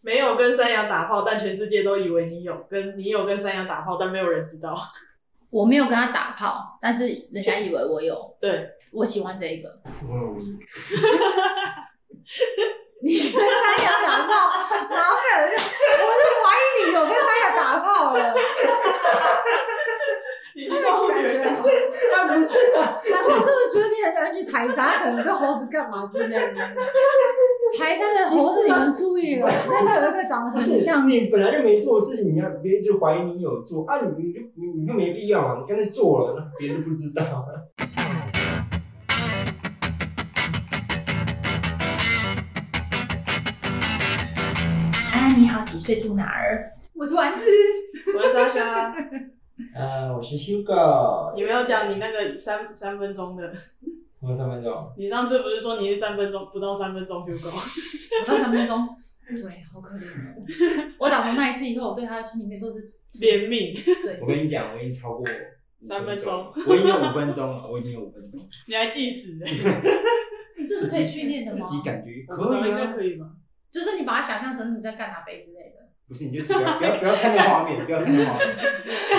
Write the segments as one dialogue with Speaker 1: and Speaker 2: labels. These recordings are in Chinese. Speaker 1: 没有跟山羊打炮，但全世界都以为你有跟你有跟山羊打炮，但没有人知道。
Speaker 2: 我没有跟他打炮，但是人家以为我有，
Speaker 1: 对，
Speaker 2: 我喜欢这一个。
Speaker 3: 我有赢，
Speaker 4: 你跟三亚打炮，然后还有就，我就怀疑你有跟三亚打炮了，
Speaker 1: 你去
Speaker 4: 那种
Speaker 1: 动物
Speaker 4: 感觉
Speaker 1: 园
Speaker 4: 啊
Speaker 1: 打，
Speaker 4: 啊不是啊，难怪我就是觉得你很难去踩沙，可能跟猴子干嘛之类的。
Speaker 2: 柴山的猴子，你们注意了，
Speaker 4: 真的有一个长得
Speaker 3: 不
Speaker 4: 很
Speaker 3: 是
Speaker 4: 像，
Speaker 3: 你本来就没做的事情，你要别人就怀疑你有做啊，你你就你你就没必要啊嘛，你干脆做了，那别人就不知道。
Speaker 5: 啊，你好，几岁住哪儿？
Speaker 4: 我是丸子，
Speaker 1: 我的莎莎，
Speaker 3: 呃，我是 Hugo，
Speaker 1: 啊你没有讲你那个三三分钟的，
Speaker 3: 我有三分钟，
Speaker 1: 你上次不是说你是三分钟不到三分钟 Hugo？
Speaker 2: 不到三分钟。对，好可怜哦。我打从那一次以后，我对他的心里面都是
Speaker 1: 怜悯，
Speaker 2: 对
Speaker 3: 我，跟你讲，我已经超过
Speaker 1: 三分钟，
Speaker 3: 我已经有五分钟了，我已经有五分钟，
Speaker 1: 你还计时、欸？
Speaker 2: 这是可以训练的吗
Speaker 3: 自？己感觉
Speaker 1: 我不知道
Speaker 3: 可以
Speaker 1: 应该
Speaker 3: 啊，
Speaker 1: 可以 吧？
Speaker 2: 就是你把它想象成你在干哪杯之类的。
Speaker 3: 不是你就只不要不要不要看那画面，不要看那画面，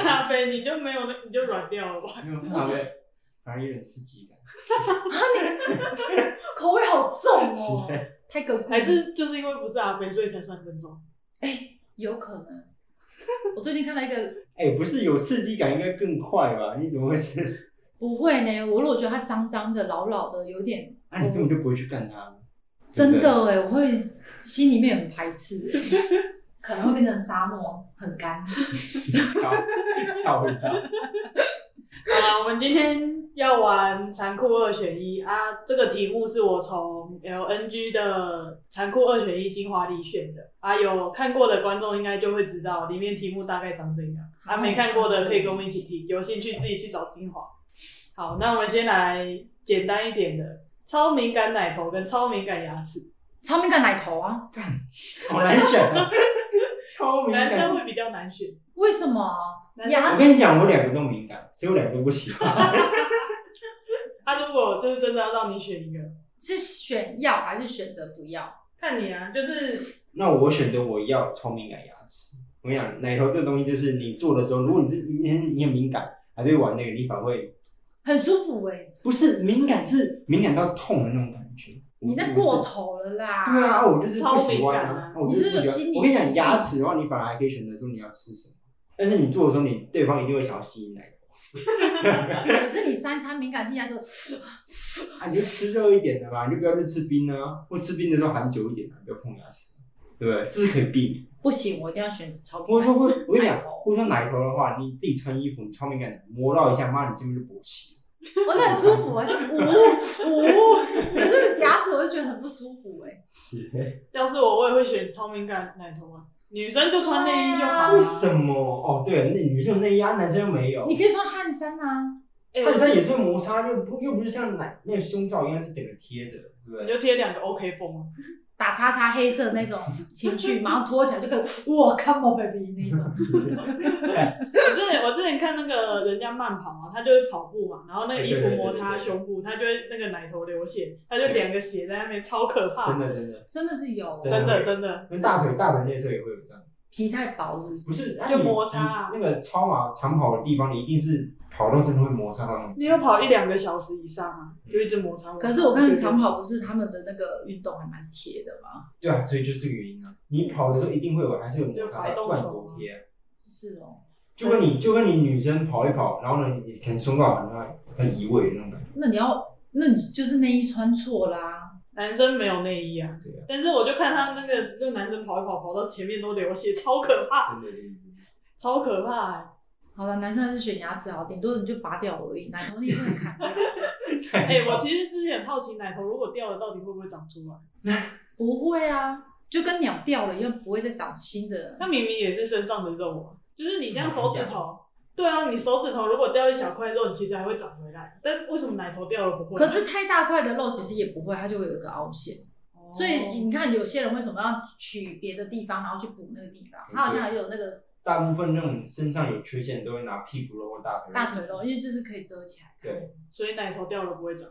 Speaker 1: 咖啡你就没有那你就软掉了吧？
Speaker 3: 没有看画面，反而有点刺激感。
Speaker 2: 口味好重哦，太可
Speaker 1: 还是就是因为不是阿北，所以才三分钟？
Speaker 2: 哎有可能。 我最近看到一个
Speaker 3: 哎、不是有刺激感应该更快吧？你怎么会是？
Speaker 2: 不会呢，我如果觉得它脏脏的、老老的，有点，
Speaker 3: 那、啊你根本就不会去干它，对
Speaker 2: 真
Speaker 3: 不对
Speaker 2: 的哎，我会心里面很排斥欸，可能会变成沙漠，很干。
Speaker 3: 好，好味道。
Speaker 1: 好啦，啊我们今天要玩残酷二选一啊！这个题目是我从 LNG 的残酷二选一精华里选的啊，有看过的观众应该就会知道里面题目大概长怎样啊，没看过的可以跟我们一起听，有兴趣自己去找精华。好，那我们先来简单一点的，超敏感奶头跟超敏感牙齿，
Speaker 2: 超敏感奶头啊？
Speaker 3: 好难选啊， 超敏
Speaker 1: 男
Speaker 3: 感
Speaker 1: 生。会比较难选，
Speaker 2: 为什么？啊
Speaker 1: 男生
Speaker 2: 牙
Speaker 3: 我跟你讲，我两个都敏感，所以我两个都不喜 欢。
Speaker 1: 啊，如果就是真的要让你选一个，
Speaker 2: 是选要还是选择不要？
Speaker 1: 看你啊，就是
Speaker 3: 那我选择我要超敏感牙齿。我跟你讲，奶头这东西就是你做的时候，如果你是你很你很敏感，还会玩那个，你反而会
Speaker 2: 很舒服哎、
Speaker 3: 不是敏感，是敏感到痛的那种感觉。
Speaker 2: 你在过。头了啦。
Speaker 3: 对啊，我就是不
Speaker 1: 超
Speaker 3: 喜欢
Speaker 1: 敏感啊
Speaker 3: 啊！我就是
Speaker 2: 你是
Speaker 3: 不
Speaker 2: 不是有心
Speaker 3: 喜欢。
Speaker 2: 理
Speaker 3: 我跟你
Speaker 2: 疾
Speaker 3: 讲，
Speaker 2: 病
Speaker 3: 牙齿的话，你反而还可以选择说你要吃什么，但是你做的时候，你对方一定会想要吸引奶头。
Speaker 2: 可是你三餐敏感性牙齿，
Speaker 3: 啊，你就吃热一点的吧，你就不要去吃冰啊，或吃冰的时候含久一点啊，不要碰牙齿，对不对？这是可以避免。
Speaker 2: 不行，我一定要选超敏
Speaker 3: 或者
Speaker 2: 感。
Speaker 3: 说会，我跟你讲
Speaker 2: 奶头，
Speaker 3: 或者说奶头的话，你自己穿衣服，你超敏感的，摸到一下，妈，你这边就勃起了。
Speaker 2: 我那很舒服啊，就呜呜，可是牙齿我就觉得很不舒服哎、
Speaker 3: 是，
Speaker 1: 要是我，我也会选超敏感奶头啊，女生就穿内衣就好啊
Speaker 3: 啊为
Speaker 1: 了。
Speaker 3: 什么？哦，对，那女生有内衣啊，男生又没有
Speaker 2: 你。可以穿汗衫啊，
Speaker 1: 哎
Speaker 3: 汗衫也是会摩擦，又不又不是像奶那个胸罩一样是整个贴着，对不
Speaker 1: 你
Speaker 3: 对？
Speaker 1: 就贴两个 OK 绷啊，
Speaker 2: 打叉叉黑色那种情趣，马上脱起来就可以，哇，come on baby 那种。
Speaker 1: 我 之前我之前看那个人家慢跑啊，他就是跑步嘛，然后那个衣
Speaker 3: 哎
Speaker 1: 服
Speaker 3: 对对对
Speaker 1: 摩擦胸部，他就会那个奶头流血，他就两个血在那边，超可怕
Speaker 3: 真，的真的，
Speaker 2: 真的是有
Speaker 3: 真
Speaker 1: 真的真的。
Speaker 3: 那大腿大腿内侧也会有这样子，
Speaker 2: 皮太薄是不是？
Speaker 3: 不是？啊
Speaker 1: 就
Speaker 3: 你
Speaker 1: 摩擦啊
Speaker 3: 你那个超马长跑的地方，你一定是跑到真的会摩擦到那种。
Speaker 1: 你有跑一两个小时以上啊，
Speaker 3: 嗯
Speaker 1: 就一直摩擦。摩擦
Speaker 2: 可是我看长跑，不是他们的那个运动还蛮贴的吗？
Speaker 3: 对啊，所以就是这个原因啊。你跑的时候一定会有，还是有摩
Speaker 1: 就
Speaker 3: 擦
Speaker 1: 摆
Speaker 3: 到
Speaker 1: 动
Speaker 3: 灌
Speaker 1: 手
Speaker 3: 手
Speaker 1: 啊
Speaker 3: 贴啊、
Speaker 2: 是哦，
Speaker 3: 就跟你就跟你女生跑一跑，然后呢，你可能胸罩很大很移位的那种感觉。
Speaker 2: 那你要，那你就是内衣穿错啦。
Speaker 1: 男生没有内衣啊，
Speaker 3: 对啊，
Speaker 1: 但是我就看他那个，就男生跑一跑，跑到前面都流血，超可怕，
Speaker 3: 真的真的。真的
Speaker 1: 超可怕、欸。
Speaker 2: 好了，男生还是选牙齿好，顶多你就拔掉而已，奶头你不能砍掉，啊
Speaker 1: 哎、我其实之前很好奇，奶头如果掉了，到底会不会长出来？
Speaker 2: 不会啊。就跟鸟掉了，又不会再长新的。
Speaker 1: 它明明也是身上的肉啊，就是你这样手指头，对啊，你手指头如果掉一小块肉，你其实还会长回来，但为什么奶头掉
Speaker 4: 啊
Speaker 1: 了不会？啊
Speaker 2: 可是太大块的肉其实也不会，它就会有一个凹陷。
Speaker 1: 哦，
Speaker 2: 所以你看，有些人为什么要取别的地方，然后去补那个地
Speaker 4: 嗯
Speaker 2: 方？他好像还有那个
Speaker 3: 大部分那种身上有缺陷都会拿屁股肉或大腿肉。
Speaker 2: 大腿肉，因为就是可以遮起来。
Speaker 3: 对，
Speaker 1: 所以奶头掉了不会长。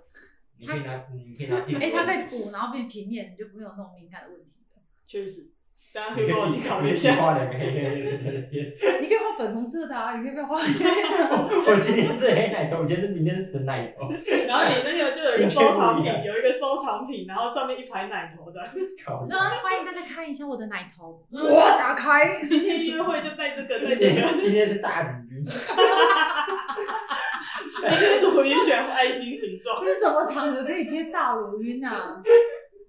Speaker 3: 你
Speaker 2: 哎
Speaker 3: 可以拿，你可以拿屁股。
Speaker 2: 哎、它可以补，然后变平面，你就不会有那种敏感的问题了。
Speaker 1: 确实，刚刚
Speaker 3: 你可
Speaker 1: Hugo
Speaker 3: 以
Speaker 1: 你
Speaker 3: 自己
Speaker 1: 考
Speaker 3: 你
Speaker 1: 虑一
Speaker 3: 自己
Speaker 1: 下，
Speaker 3: 画两个黑黑黑。
Speaker 4: 你可以画粉红色的啊，你可以不要 画黑的？
Speaker 3: 我今天是黑奶头，我今天是明天是粉奶头，
Speaker 1: 然后你那个就有一个收藏品，有一个收藏品，然后上面一排奶头这样。
Speaker 3: 靠！
Speaker 2: 那啊欢迎大家看一下我的奶头，
Speaker 4: 哇，打开！
Speaker 1: 今天约会就带这个带
Speaker 3: 今
Speaker 1: 这
Speaker 3: 天
Speaker 1: 个，
Speaker 3: 今天是大饼鱼，
Speaker 1: 你是属于选爱心形状。
Speaker 4: 是什么场合可以贴大乳晕 啊？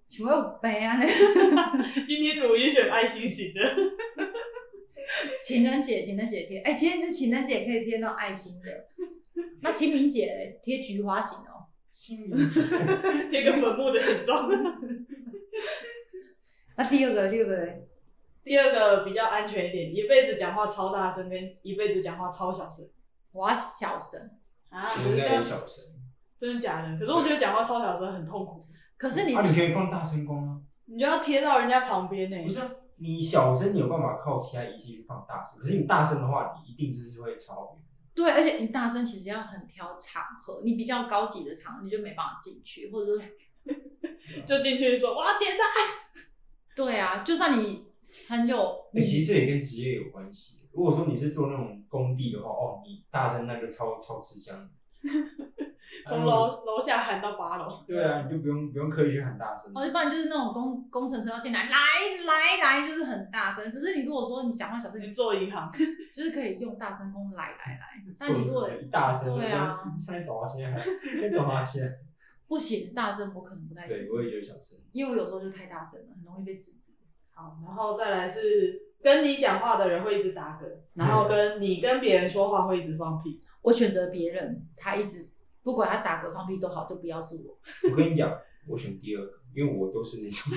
Speaker 4: 请问有杯啊？
Speaker 1: 今天如意选爱心型的，
Speaker 4: 情人节，情人节贴，哎、今天是情人节，可以贴那种爱心的。
Speaker 2: 那清明节嘞贴菊花型哦，
Speaker 3: 清明节
Speaker 1: 贴个坟墓的形状。
Speaker 4: 那第二个，第二个嘞，
Speaker 1: 第二个比较安全一点，一辈子讲话超大声，跟一辈子讲话超小声
Speaker 2: 我要小神。
Speaker 1: 啊，
Speaker 3: 我
Speaker 1: 可是
Speaker 3: 应
Speaker 1: 这
Speaker 3: 该有
Speaker 1: 样
Speaker 3: 小声。
Speaker 1: 真的假的？可是我觉得讲话超小声很痛苦，
Speaker 2: 可是你
Speaker 3: 啊，你可以放大声光啊。
Speaker 1: 你就要贴到人家旁边呢、
Speaker 3: 不是啊，你小声你有办法靠其他仪器去放大声，可是你大声的话，你一定就是会超远。
Speaker 2: 对，而且你大声其实要很挑场合，你比较高级的场合你就没办法进去，或者是
Speaker 1: 就进去说哇点赞，
Speaker 2: 对啊，就算你很有，
Speaker 3: 那、其实这也跟职业有关系。如果说你是做那种工地的话，哦，你大声那个超超吃香。
Speaker 1: 从
Speaker 3: 啊。
Speaker 1: 楼楼下喊到八楼，
Speaker 3: 对啊，你就不用不用刻意去喊大声。
Speaker 2: 哦，一般就是那种工工程车要进来，来来来，就是很大声。可是你如果说你讲话小声，
Speaker 1: 你
Speaker 2: 你
Speaker 1: 做银行，
Speaker 2: 就是可以用大声功来来来。但你如果
Speaker 3: 一大声，
Speaker 2: 对啊，
Speaker 3: 现在懂啊，现在现在懂啊，现 在。
Speaker 2: 不行，大声我可能不太行
Speaker 3: 对，，我也觉得小声。
Speaker 2: 因为我有时候就太大声了，很容易被指责。
Speaker 1: 好，然后再来是跟你讲话的人会一直打嗝，然后跟你跟别人说话会一直放屁，
Speaker 2: 我选择别人，他一直不管他打嗝放屁都好，就不要是我。
Speaker 3: 我跟你讲，我选第二个，因为我都是那 种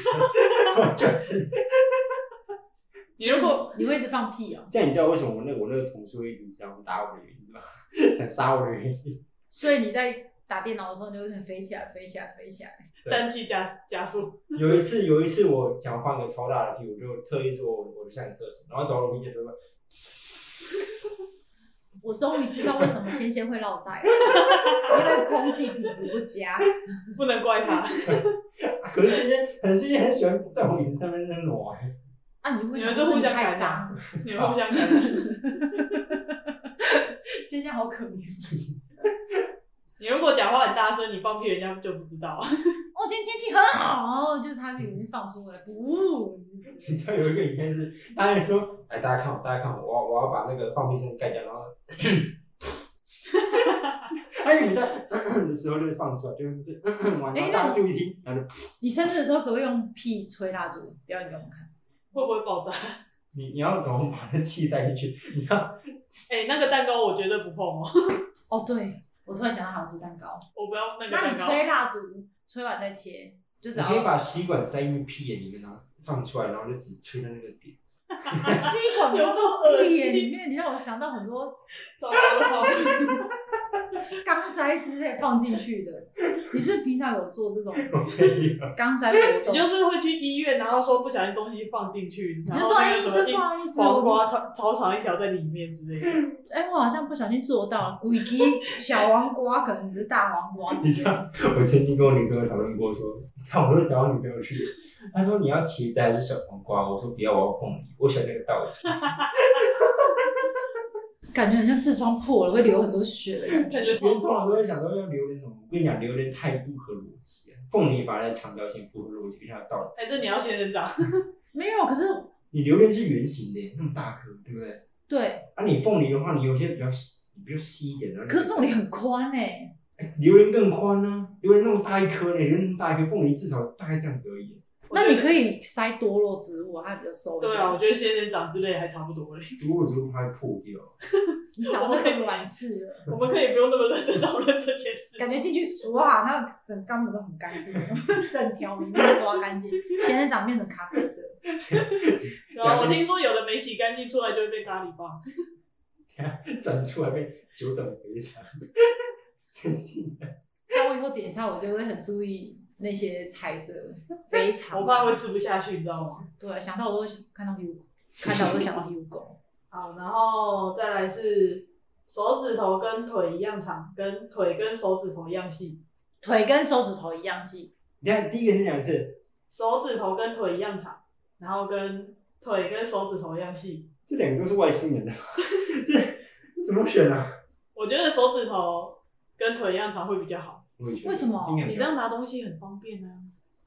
Speaker 3: 人，我就是
Speaker 1: 你如果
Speaker 2: 你会一直放屁哦，
Speaker 3: 这样你知道为什么我那我那个同事会一直这样打我的原因吗？ 想杀我的原因。
Speaker 2: 所以你在打电脑的时候，你会很飞起来，飞起来，飞起来。
Speaker 3: 对
Speaker 1: 氮气加加速，
Speaker 3: 有一次，有一次我想放个超大的屁，我就特意说我我去上个厕所，然后走楼梯的时候，
Speaker 2: 我终于知道为什么仙仙会落腮，因为空气品质不佳。
Speaker 1: 不能怪他。
Speaker 3: 啊可是这些很这些很喜欢在我椅子上面那挪、 欸，
Speaker 2: 啊，你会
Speaker 1: 你
Speaker 2: 想
Speaker 1: 们
Speaker 2: 说
Speaker 1: 是
Speaker 2: 是
Speaker 1: 互
Speaker 2: 你
Speaker 1: 相
Speaker 2: 太
Speaker 1: 感
Speaker 2: 脏
Speaker 1: 染，， 你们互相感染。
Speaker 4: 现在好可怜。
Speaker 1: 你如果讲话很大声，你放屁人家就不知道。
Speaker 2: 哦，今天天气很好，就是他已经放出来，不，
Speaker 3: 你知道有一个影片是，他还说，哎，大家看我，大家看我，我要我要把那个放屁声盖掉，然后， 他 以为在的时候就放出来，就是嗯完，然后大家注意听，然后就嗯
Speaker 2: 你生日的时候可不可以用屁吹蜡烛？表演给我们看。
Speaker 1: 会不会爆炸？
Speaker 3: 你你要怎么把那气塞进去？你要
Speaker 1: 哎、那个蛋糕我绝对不碰哦，
Speaker 2: 哦，对，我突然想到好像吃蛋糕，
Speaker 1: 我不要那个
Speaker 2: 那
Speaker 1: 蛋
Speaker 2: 你
Speaker 1: 糕。
Speaker 2: 吹蜡烛，吹完再切，就
Speaker 3: 你
Speaker 2: 只要
Speaker 3: 可以把吸管塞进屁眼里面，然后放出来，然后就只吹到那个点。
Speaker 4: 吸管
Speaker 1: 有多恶
Speaker 4: 屁眼
Speaker 1: 心？
Speaker 4: 里面，你让我想到很多
Speaker 1: 糟糕糟糕！
Speaker 4: 钢塞之类放进去 的。
Speaker 2: 你是平常有做这种
Speaker 3: 我没有
Speaker 2: 钢塞活
Speaker 1: 你
Speaker 2: 动？
Speaker 1: 就是会去医院，然后说不小心东西放进去，
Speaker 4: 你
Speaker 1: 然
Speaker 4: 就
Speaker 1: 后
Speaker 4: 说，
Speaker 1: 那
Speaker 4: 哎、
Speaker 1: 个
Speaker 4: 医
Speaker 1: 什
Speaker 4: 生，
Speaker 1: 么
Speaker 4: 不
Speaker 1: 一
Speaker 4: 好意思，
Speaker 1: 黄
Speaker 4: 我
Speaker 1: 瓜超超长一条在里面之 类的。
Speaker 2: 哎、我好像不小心做到了，故意
Speaker 4: 以小黄瓜，可能你是大黄瓜。
Speaker 3: 你知道，我曾经跟我女朋友讨论过说，你看我都找我女朋友去，她说你要茄子还是小黄瓜？我说不要，我要凤梨，我选那个倒刺。
Speaker 2: 感觉很像痔疮破了，会流很多血的感觉。
Speaker 1: 感觉
Speaker 3: 通
Speaker 1: 超
Speaker 3: 常都会想说要榴莲什么，我跟你讲，榴莲太不合逻 辑了，啊凤梨反而强调性符合逻辑，像倒
Speaker 1: 还
Speaker 2: 哎
Speaker 3: 刺。
Speaker 1: 哎是你要仙 人掌？
Speaker 2: 没有，可是
Speaker 3: 你榴莲是圆形的，那么大颗，对不对？
Speaker 2: 对，
Speaker 3: 啊，你凤梨的话，你有些比较细比较细一点，然后你
Speaker 2: 可是凤梨很宽哎、
Speaker 3: 榴莲更宽呢、榴莲那么大一颗呢，榴莲那么大一颗，凤梨至少大概这样子而已。
Speaker 2: 那你可以塞多肉植物，它比较瘦一点。
Speaker 1: 对啊，我觉得仙人掌之类还差不多嘞。
Speaker 3: 如果植物它会破掉，
Speaker 2: 你找那个卵刺了，
Speaker 1: 我们可以不用那么认真讨论这件事。
Speaker 4: 感觉进去刷啊，那整缸母都很干 净，整条里面刷干净。
Speaker 2: 仙人掌变成咖啡色。
Speaker 1: 然后我听说有的没洗干净出来就会被咖喱棒。
Speaker 3: 转出来被九转肥 肠，很近的。
Speaker 2: 像我以后点菜，我就会很注意那些 菜色，非常。
Speaker 1: 我怕会吃不下去，你知道吗？
Speaker 2: 对，啊想到我都想看到 Hugo，看到我都想到 Hugo。
Speaker 1: 好，然后再来是手指头跟腿一样长，跟腿跟手指头一样细。
Speaker 2: 腿跟手指头一样细，
Speaker 3: 你看第一个是两次，
Speaker 1: 手指头跟腿一样长，然后跟腿跟手指头一样细。
Speaker 3: 这两个都是外星人啊， 这你怎么选啊？
Speaker 1: 我觉得手指头跟腿一样长会比较好，
Speaker 3: 为
Speaker 5: 为什么
Speaker 1: 你这样拿东西很方便啊。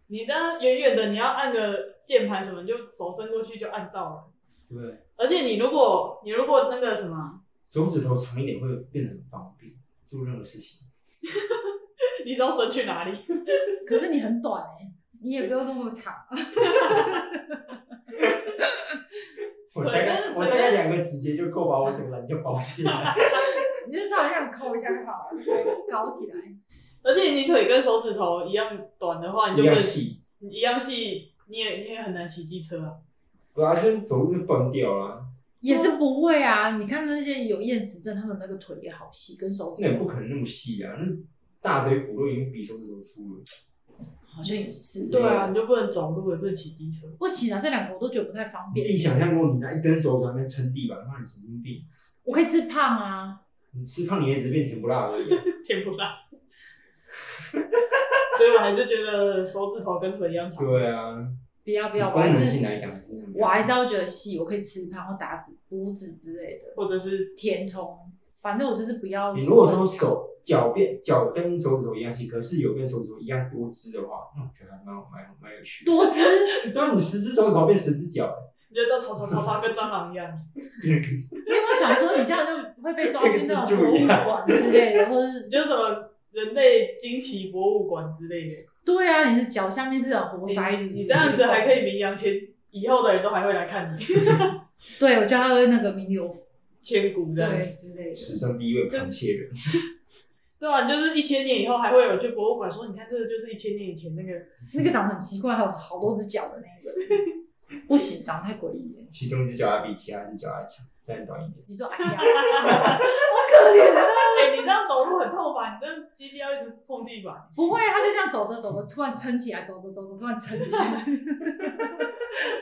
Speaker 1: 你这样远远的，你要按个键盘什么，你就手伸过去就按到了。
Speaker 3: 对不对？
Speaker 1: 而且你如果你如果那个什么，
Speaker 3: 手指头长一点会变得很方便，做任何事情。
Speaker 1: 你知道伸去哪里？
Speaker 2: 可是你很短哎、你也不用那么长。
Speaker 3: 我
Speaker 1: 对
Speaker 3: 大概
Speaker 1: 但是
Speaker 3: 我大概两个指节就够把我整个人就包起来。
Speaker 4: 你就稍微这样抠一下就好了。
Speaker 2: 搞起来，
Speaker 1: 而且你腿跟手指头一样短的 话，你就
Speaker 3: 比较
Speaker 1: 不能
Speaker 3: 细，
Speaker 1: 你一样细，你也你也很难骑机车啊。
Speaker 3: 对啊，就走路就断掉啊了，
Speaker 2: 也是不会啊。你看那些有厌食症，他们那个腿也好细，跟手指
Speaker 3: 那也不可能那么细啊，那大腿骨都已经比手指头粗了。
Speaker 2: 好像也是。
Speaker 1: 对啊，你就不能走路，也不能骑机车。
Speaker 2: 不行啊，这两个我都觉得不太方
Speaker 3: 你自
Speaker 2: 便。
Speaker 3: 己想象过，你拿一根手指在那边撑地板，那你神经病！
Speaker 2: 我可以吃胖啊，
Speaker 3: 你吃胖你也只是变甜不辣而已啊、
Speaker 1: 天不辣。 所以我还是觉得手指头跟腿一样长。
Speaker 3: 对啊，
Speaker 2: 不要不要，我
Speaker 3: 功
Speaker 2: 还
Speaker 3: 能性
Speaker 2: 是
Speaker 3: 来讲还是那样
Speaker 2: 我还是要觉得细，我可以吃胖或打脂、补脂之类的，
Speaker 1: 或者是
Speaker 2: 填充。反正我就是不要。
Speaker 3: 你如果说手脚变脚跟手指头一样细，可是有跟手指头一样多汁的话，那我觉得还蛮有蛮有蛮有趣的。
Speaker 2: 多汁，
Speaker 3: 对啊，你十只手指头变十只脚，欸
Speaker 1: 你就这样吵吵吵吵，跟蟑螂一样。
Speaker 2: 你有没有想说你这样就会被抓去那
Speaker 3: 跟蜘
Speaker 2: 种博
Speaker 3: 蛛一
Speaker 2: 物
Speaker 3: 样
Speaker 2: 馆之类的，或者是
Speaker 1: 你就什么人类惊奇博物馆之类的。
Speaker 2: 对啊，你的脚下面是有活塞子
Speaker 1: 你你这样子还可以名扬千，以后的人都还会来看你，
Speaker 2: 对，我觉得他会那个名流
Speaker 1: 千古这样。
Speaker 2: 对之类
Speaker 3: 史
Speaker 2: 的。
Speaker 3: 上第一位螃蟹人，
Speaker 1: 对啊，你就是一千年以后还会有人去博物馆说，你看这个就是一千年以前那个。
Speaker 2: 那个长得很奇怪，还有好多只脚的那个， 不行，长得太诡异了。
Speaker 3: 其中一只脚还比其他一只脚还长，再短一点。
Speaker 2: 你说哎矮脚，可怜啊！
Speaker 1: 哎、你这样走路很痛吧？你这样鸡鸡要一直碰地板。
Speaker 2: 不会，啊，他就这样走着走着，突然撑起来，走着走着突然撑起 来，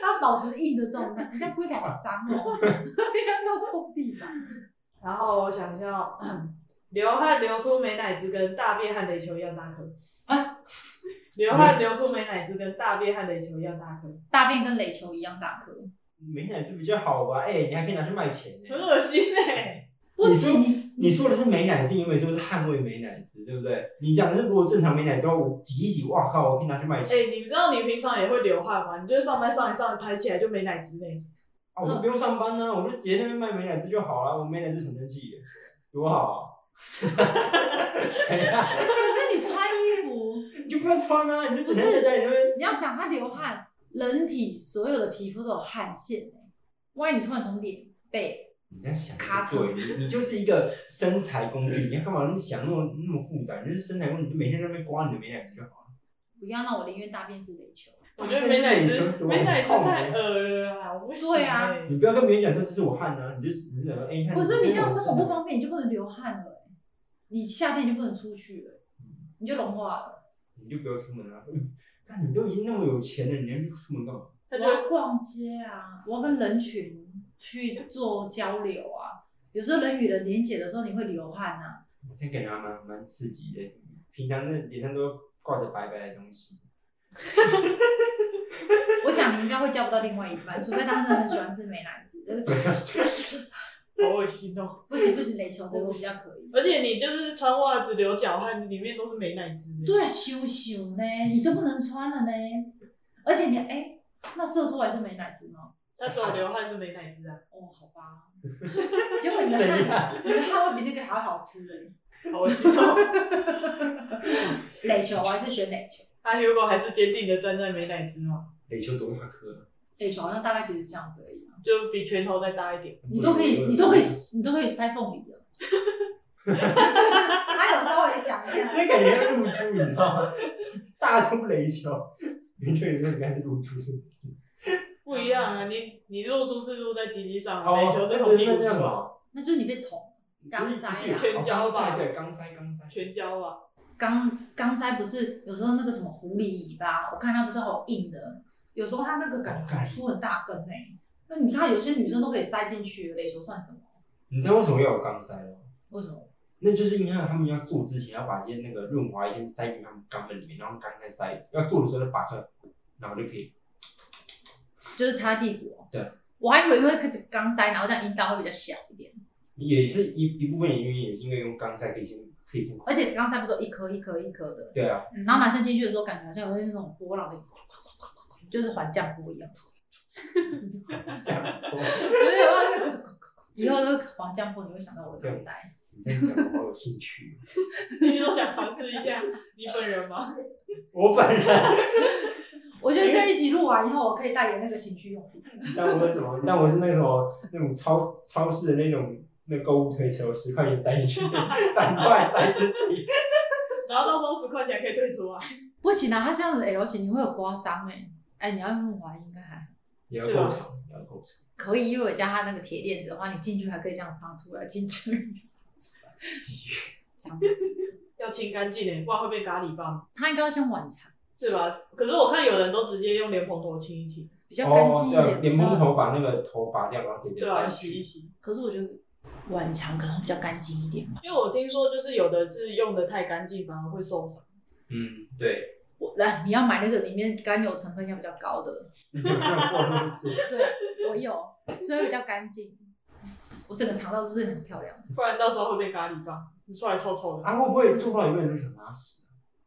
Speaker 2: 他保持硬的状态。
Speaker 4: 人家龟头很脏 哦，人家都碰地板。
Speaker 1: 然后我想一下，哦流汗流出没奶汁，跟大便和垒球一样大颗。
Speaker 2: 啊，
Speaker 1: 流汗流出没奶汁，跟大便和垒球一样大颗，
Speaker 2: 大便跟垒球一样大颗，
Speaker 3: 没奶就比较好吧？哎、你还可以拿去卖钱呢、
Speaker 1: 很
Speaker 2: 嗯
Speaker 1: 恶心哎、
Speaker 2: 不
Speaker 3: 你说
Speaker 2: 行，
Speaker 3: 你说的是美乃滋，你有没有说是捍卫美乃滋，对不对？你讲的是如果正常美乃滋，我挤一挤，哇靠，我可以拿去卖
Speaker 1: 哎、
Speaker 3: 钱、
Speaker 1: 你知道你平常也会流汗吗？你就是上班上一上抬起来就没奶汁嘞。
Speaker 3: 啊！我就不用上班呢、我就直接在那边卖美乃滋就好了，我美乃滋省蒸汽耶，多好啊！怎样？
Speaker 2: 可是你穿衣服，
Speaker 3: 你就不要穿啊，你就整天在家里那边。
Speaker 2: 你要想他流汗，人体所有的皮肤都有汗腺欸万一你突然从脸、背，
Speaker 3: 你这样想
Speaker 2: 咔嚓
Speaker 3: 对，你你就是一个身材工具，你要干嘛？你想那么那么复杂？你就是身材工具，你就每天在那边刮你的美乃滋就好了。
Speaker 2: 不要让我宁愿大便是垒球。
Speaker 1: 我觉得没奶
Speaker 2: 哎
Speaker 1: 汁，没奶汁太
Speaker 3: 呃，
Speaker 1: 恶了啦，我不行、
Speaker 2: 对啊
Speaker 1: 哎
Speaker 3: 你不要跟别人讲说这是我汗啊，你就是你就讲说哎，你看
Speaker 2: 不是你这样生活不
Speaker 3: 方。
Speaker 2: 方便，你就不能流汗了欸、你夏天你就不能出去了，你就融化了。
Speaker 3: 你就不要出门啊！但你都已经那么有钱了，你还去出门干嘛？
Speaker 1: 他
Speaker 2: 我
Speaker 1: 就
Speaker 2: 要逛街啊，我要跟人群去做交流啊。有时候人与人连接的时候，你会流汗啊呐、
Speaker 3: 这感觉还蛮蛮刺激的。平常那脸上都挂着白白的东 西，
Speaker 2: 我想你应该会交不到另外一半，除非他真的很喜欢吃美乃滋。但 是
Speaker 1: 好恶心哦。
Speaker 2: 不行不行，垒球这个比较可以。
Speaker 1: 而且你就是穿袜子流脚汗，里面都是没奶汁。，
Speaker 2: 对啊，羞羞呢，你都不能穿了呢。而且你哎、那射出来是美乃滋吗？
Speaker 1: 他只有流汗是没奶汁啊，
Speaker 2: 哦，好 吧。结果你的
Speaker 3: 怎
Speaker 2: 汗
Speaker 3: 样，
Speaker 2: 你的汗会比那个还要好吃嘞。
Speaker 1: 好恶心哦。
Speaker 2: 垒球，我还是选垒球。
Speaker 1: 他 Hugo 啊还是坚定的站在没奶汁哦，
Speaker 3: 垒球多大颗啊？
Speaker 2: 垒球好像大概就是这样子而已啊。
Speaker 1: 就比拳头再大一点。
Speaker 2: 你都可以，你都可以，你都可以塞缝里 的。
Speaker 4: 他有稍微想一下，
Speaker 3: 那感觉像露珠，你知道吗？大珠垒球，明确你说你该是露珠是不是？
Speaker 1: 不一样啊，你你露珠是露在鸡鸡上啊，
Speaker 3: 哦，
Speaker 1: 垒球是从屁股
Speaker 3: 那
Speaker 1: 出
Speaker 3: 样
Speaker 1: 啊，
Speaker 3: 啊，
Speaker 2: 那就是你被捅钢塞
Speaker 3: 不是
Speaker 2: 啊，
Speaker 1: 全交
Speaker 3: 哦
Speaker 1: 吧
Speaker 3: 钢塞对，钢塞钢塞。
Speaker 1: 全交啊。
Speaker 2: 钢钢塞不是有时候那个什么狐狸尾巴，我看它不是好硬的，有时候它那个感觉很粗很大根呢、那你看有些女生都可以塞进去，垒球算什么？
Speaker 3: 你知道为什么要有钢塞吗？
Speaker 2: 为什么？
Speaker 3: 那就是因为他们要做之前要把一些那个润滑液先塞进他们肛门里面，然后肛塞塞，要做的时候就拔出来，然后就可以
Speaker 2: 就是擦屁股哦。
Speaker 3: 对，
Speaker 2: 我还以为因为开始刚塞，然后这样阴道会比较小一点，
Speaker 3: 也是一一部分原因，也是因为用钢塞可以先可以先
Speaker 2: 而且刚塞不是有一颗一颗一颗的，
Speaker 3: 对啊，
Speaker 2: 嗯然后男生进去的时候感觉好像有那种波浪的，就是环降波一样，
Speaker 3: 这样我
Speaker 2: 以后那个黄降波你会想到我的钢塞。
Speaker 3: 你这样讲我好有兴趣。
Speaker 1: 你都想尝试一下你本人吗？
Speaker 3: 我本人，
Speaker 2: 我觉得这一集录完以后，我可以代言那个情趣用品。
Speaker 3: 但我有什么？但我是那什么那种超超市的那种那购物推车，我十块钱塞进去，反过来塞自己。
Speaker 1: 然后到时候十块钱可以退出啊，
Speaker 2: 不行啊，它这样子 L 型你会有刮伤哎、哎、你要用滑应该还好
Speaker 3: 也要够长，也要够长。
Speaker 2: 可以，因为我加它那个铁链子的话，你进去还可以这样放出来，进去这样子，
Speaker 1: 要清干净欸诶，不然会变咖喱棒，
Speaker 2: 它应该要先晚擦，
Speaker 1: 是吧？可是我看有人都直接用莲蓬头清一清，
Speaker 2: 比较干
Speaker 3: 哦
Speaker 2: 净一点。
Speaker 3: 对，
Speaker 2: 比
Speaker 3: 连
Speaker 2: 较
Speaker 3: 蓬头把那个头拔掉，然后直接
Speaker 1: 对啊，
Speaker 3: 塞
Speaker 1: 洗一
Speaker 3: 去。
Speaker 1: 洗。
Speaker 2: 可是我觉得晚长可能会比较干净一点吧。
Speaker 1: 因为我听说就是有的是用的太干净，反而会受伤。
Speaker 3: 嗯，对。
Speaker 2: 我来，你要买那个里面甘油成分要比较高的，
Speaker 3: 你有这种过路事？
Speaker 2: 对我有，所以比较干净。我整个肠道都是很漂亮的，
Speaker 1: 不然到时候会变咖喱棒，你出来臭臭的。
Speaker 3: 啊，会不会做到一半就想拉屎？